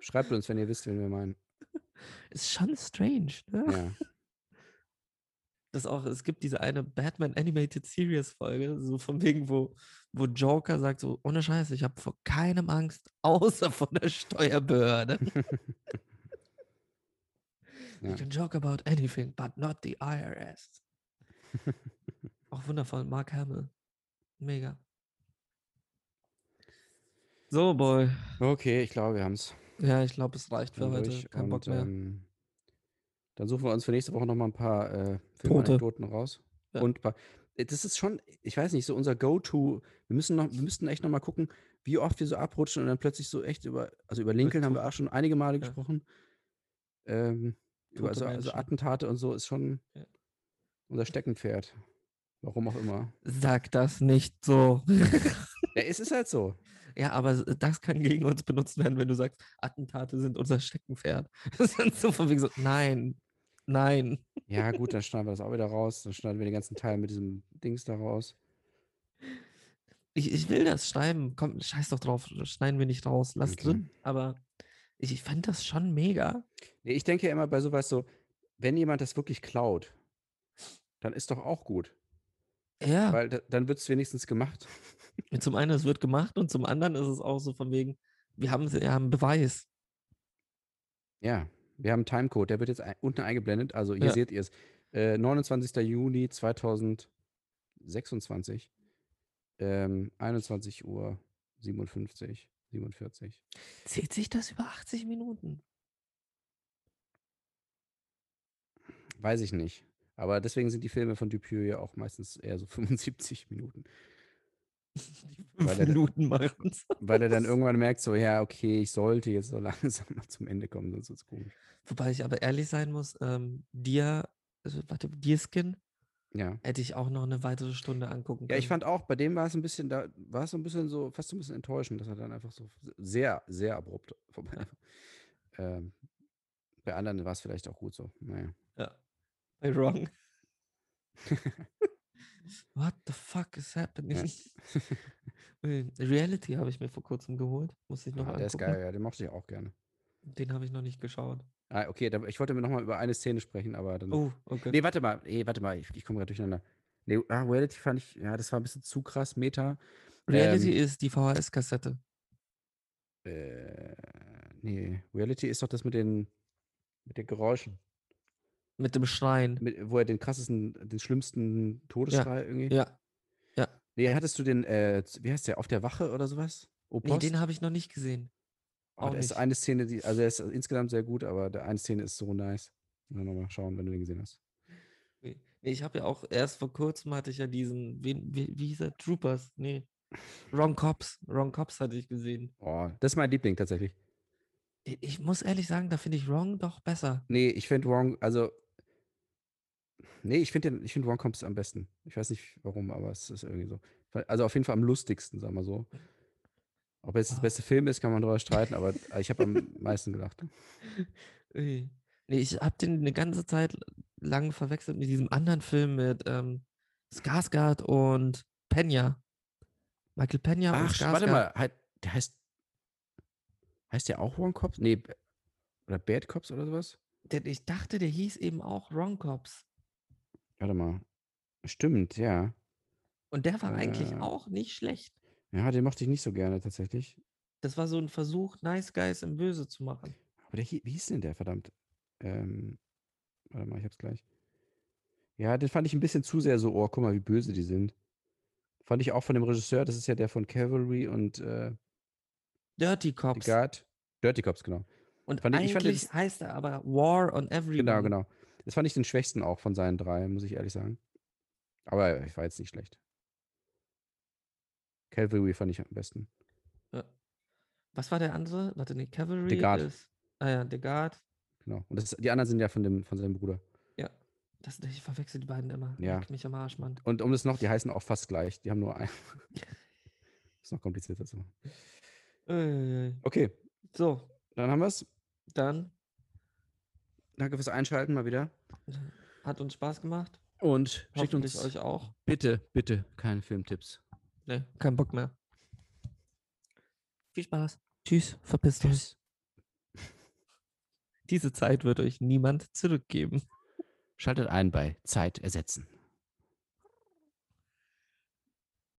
S1: Schreibt uns, wenn ihr wisst, wen wir meinen.
S4: Ist schon strange, ne?
S1: Ja.
S4: das auch, es gibt diese eine Batman Animated Series Folge, so von wegen, wo, wo Joker sagt so, ohne Scheiß, ich habe vor keinem Angst, außer von der Steuerbehörde.
S1: Ja.
S4: We can joke about anything, but not the IRS. auch wundervoll, Mark Hamill. Mega. So, Boy.
S1: Okay, ich glaube, wir haben es.
S4: Ja, ich glaube, es reicht für heute.
S1: durch
S4: Kein Bock
S1: und,
S4: mehr.
S1: Ähm, dann suchen wir uns für nächste Woche nochmal ein paar äh,
S4: Tote.
S1: Filmanekdoten raus.
S4: Ja.
S1: Und paar, äh, das ist schon, ich weiß nicht, so unser Go-To. Wir müssen noch, wir müssten echt nochmal gucken, wie oft wir so abrutschen und dann plötzlich so echt über, also über Lincoln haben wir auch schon einige Male
S4: Ja.
S1: gesprochen. Ähm, über also,
S4: Tote
S1: also
S4: Menschen.
S1: Attentate und so ist schon
S4: Ja.
S1: unser Steckenpferd. Warum auch immer.
S4: Sag das nicht so.
S1: ja, es ist halt so.
S4: Ja, aber s- äh, das kann gegen uns benutzt werden, wenn du sagst, Attentate sind unser Steckenpferd. Das ist dann so von wegen so, nein, nein.
S1: Ja, gut, dann schneiden wir das auch wieder raus. Dann schneiden wir den ganzen Teil mit diesem Dings da raus.
S4: Ich, ich will das schreiben. Komm, scheiß doch drauf, schneiden wir nicht raus, lass
S1: Okay.
S4: drin. Aber ich, ich fand das schon mega.
S1: Nee, ich denke ja immer bei sowas so, wenn jemand das wirklich klaut, dann ist doch auch gut.
S4: Ja,
S1: Weil da, dann wird es wenigstens gemacht.
S4: zum einen, es wird gemacht und zum anderen ist es auch so von wegen, wir haben, wir haben Beweis.
S1: Ja, wir haben einen Timecode, der wird jetzt ein, unten eingeblendet. Also hier
S4: Ja.
S1: seht ihr es. Äh, 29. Juni 2026, ähm, 21 Uhr 57, 47.
S4: Zählt sich das über 80 Minuten?
S1: Weiß ich nicht. Aber deswegen sind die Filme von Dupieux ja auch meistens eher so 75 Minuten. Weil
S4: Fünf
S1: er-
S4: Minuten machen
S1: Weil er dann irgendwann merkt, so, ja, okay, ich sollte jetzt so langsam mal zum Ende kommen, sonst ist es komisch.
S4: Wobei ich aber ehrlich sein muss, ähm, dir, also, warte, dir Skin
S1: Ja. Ähm.
S4: hätte ich auch noch eine weitere Stunde angucken
S1: Ja,
S4: können.
S1: ich fand auch, bei dem war es ein bisschen, da war es so ein bisschen so, fast so ein bisschen enttäuschend, dass er dann einfach so sehr, sehr abrupt vorbei war. Ähm, bei anderen war es vielleicht auch gut so. Naja.
S4: Ja. Bei Wrong. What the fuck is happening? Äh, Reality habe ich mir vor kurzem geholt. Muss ich noch
S1: Ah,
S4: angucken.
S1: der ist geil, ja, den mochte ich auch gerne.
S4: Den habe ich noch nicht geschaut.
S1: Ah, okay, da, ich wollte mir nochmal über eine Szene sprechen, aber dann.
S4: Oh, okay.
S1: Mhm. Nee, warte mal, nee, warte mal, ich, ich komme gerade durcheinander. Nee, ah, Reality fand ich, ja, das war ein bisschen zu krass, Meta.
S4: Reality
S1: ähm.
S4: ist die VHS-Kassette.
S1: Äh, nee, Reality ist doch das mit den, mit den Geräuschen.
S4: Mit dem Schrein.
S1: Mit, wo er den krassesten, den schlimmsten Todesschrei irgendwie.
S4: Ja.
S1: Nee, hattest du den, äh, z- wie heißt der, auf der Wache oder sowas?
S4: Nee,
S1: Opost?
S4: den habe ich noch nicht gesehen.
S1: oh,
S4: auch
S1: da ist
S4: nicht.
S1: eine Szene, die, also der ist insgesamt sehr gut, aber der eine Szene ist so nice. Dann nochmal schauen, wenn du den gesehen hast.
S4: Nee, nee, ich habe ja auch erst vor kurzem hatte ich ja diesen, wen, wie, wie hieß er? Troopers. Nee. Wrong Cops. Wrong Cops hatte ich gesehen.
S1: Oh, das ist mein Liebling tatsächlich.
S4: I- Ich muss ehrlich sagen, da finde ich Wrong doch besser.
S1: Nee, Ne, ich finde Wrong, also. Nee, ich finde ich find Wrong Comps am besten. Ich weiß nicht warum, aber es ist irgendwie so. Weil- Also auf jeden Fall am lustigsten, sagen wir so. Ob jetzt das
S4: Mhm. Ah.
S1: beste Film ist, kann man drüber streiten, aber ich habe am meisten gelacht.
S4: Ui. Nee, ich habe den eine ganze Zeit lang verwechselt mit diesem anderen Film mit ähm, Skarsgård und Penya. Michael Penya und
S1: Ach,
S4: Skarsgård.
S1: warte mal, hei- der heißt. Heißt der auch Wrong Cops? Nee. B- Oder Bad Cops oder sowas?
S4: Denn ich dachte, der hieß eben auch Wrong Cops.
S1: Warte mal. Stimmt, ja.
S4: Und der war eigentlich
S1: Äh.
S4: auch nicht schlecht.
S1: Ja, den mochte ich nicht so gerne tatsächlich.
S4: Das war so ein Versuch, Nice Guys im Böse zu machen.
S1: Aber der, hie- wie hieß denn der, verdammt? Ähm, warte mal, ich hab's gleich. Ja, den fand ich ein bisschen zu sehr so, oh, guck mal, wie böse die sind. Fand ich auch von dem Regisseur, das ist ja der von Cavalry und äh,
S4: Dirty
S1: Die
S4: Cops.
S1: Guard, Dirty Cops, genau.
S4: Und
S1: Fand ich- ich
S4: eigentlich
S1: fand das-
S4: heißt er aber War on Everyone.
S1: Genau, genau. Das fand ich den schwächsten auch von seinen drei, muss ich ehrlich sagen. Aber ich war jetzt nicht schlecht. Calvary fand ich am besten.
S4: Äh, Was war der andere? Warte, nee, Cavalry.
S1: Guard.
S4: Ist, ah ja, The Guard.
S1: Genau. Und das, die anderen sind ja von, dem, von seinem Bruder.
S4: Das, ich verwechsel die beiden immer.
S1: Ja.
S4: Leck Mich am Arsch, Mann.
S1: Und um das noch, die heißen auch fast gleich. Die haben nur ein. ist noch komplizierter zu machen.
S4: Uiuiui.
S1: Okay,
S4: So,
S1: dann haben wir es.
S4: dann
S1: Danke fürs Einschalten mal wieder.
S4: hat uns Spaß gemacht.
S1: Und schickt
S4: Hoffentlich
S1: uns
S4: euch auch.
S1: bitte, bitte keine Filmtipps.
S4: Nee, kein Bock mehr. ne, Viel Spaß. Tschüss, verpisst euch. Diese Zeit wird euch niemand zurückgeben.
S1: Schaltet ein bei Zeit ersetzen.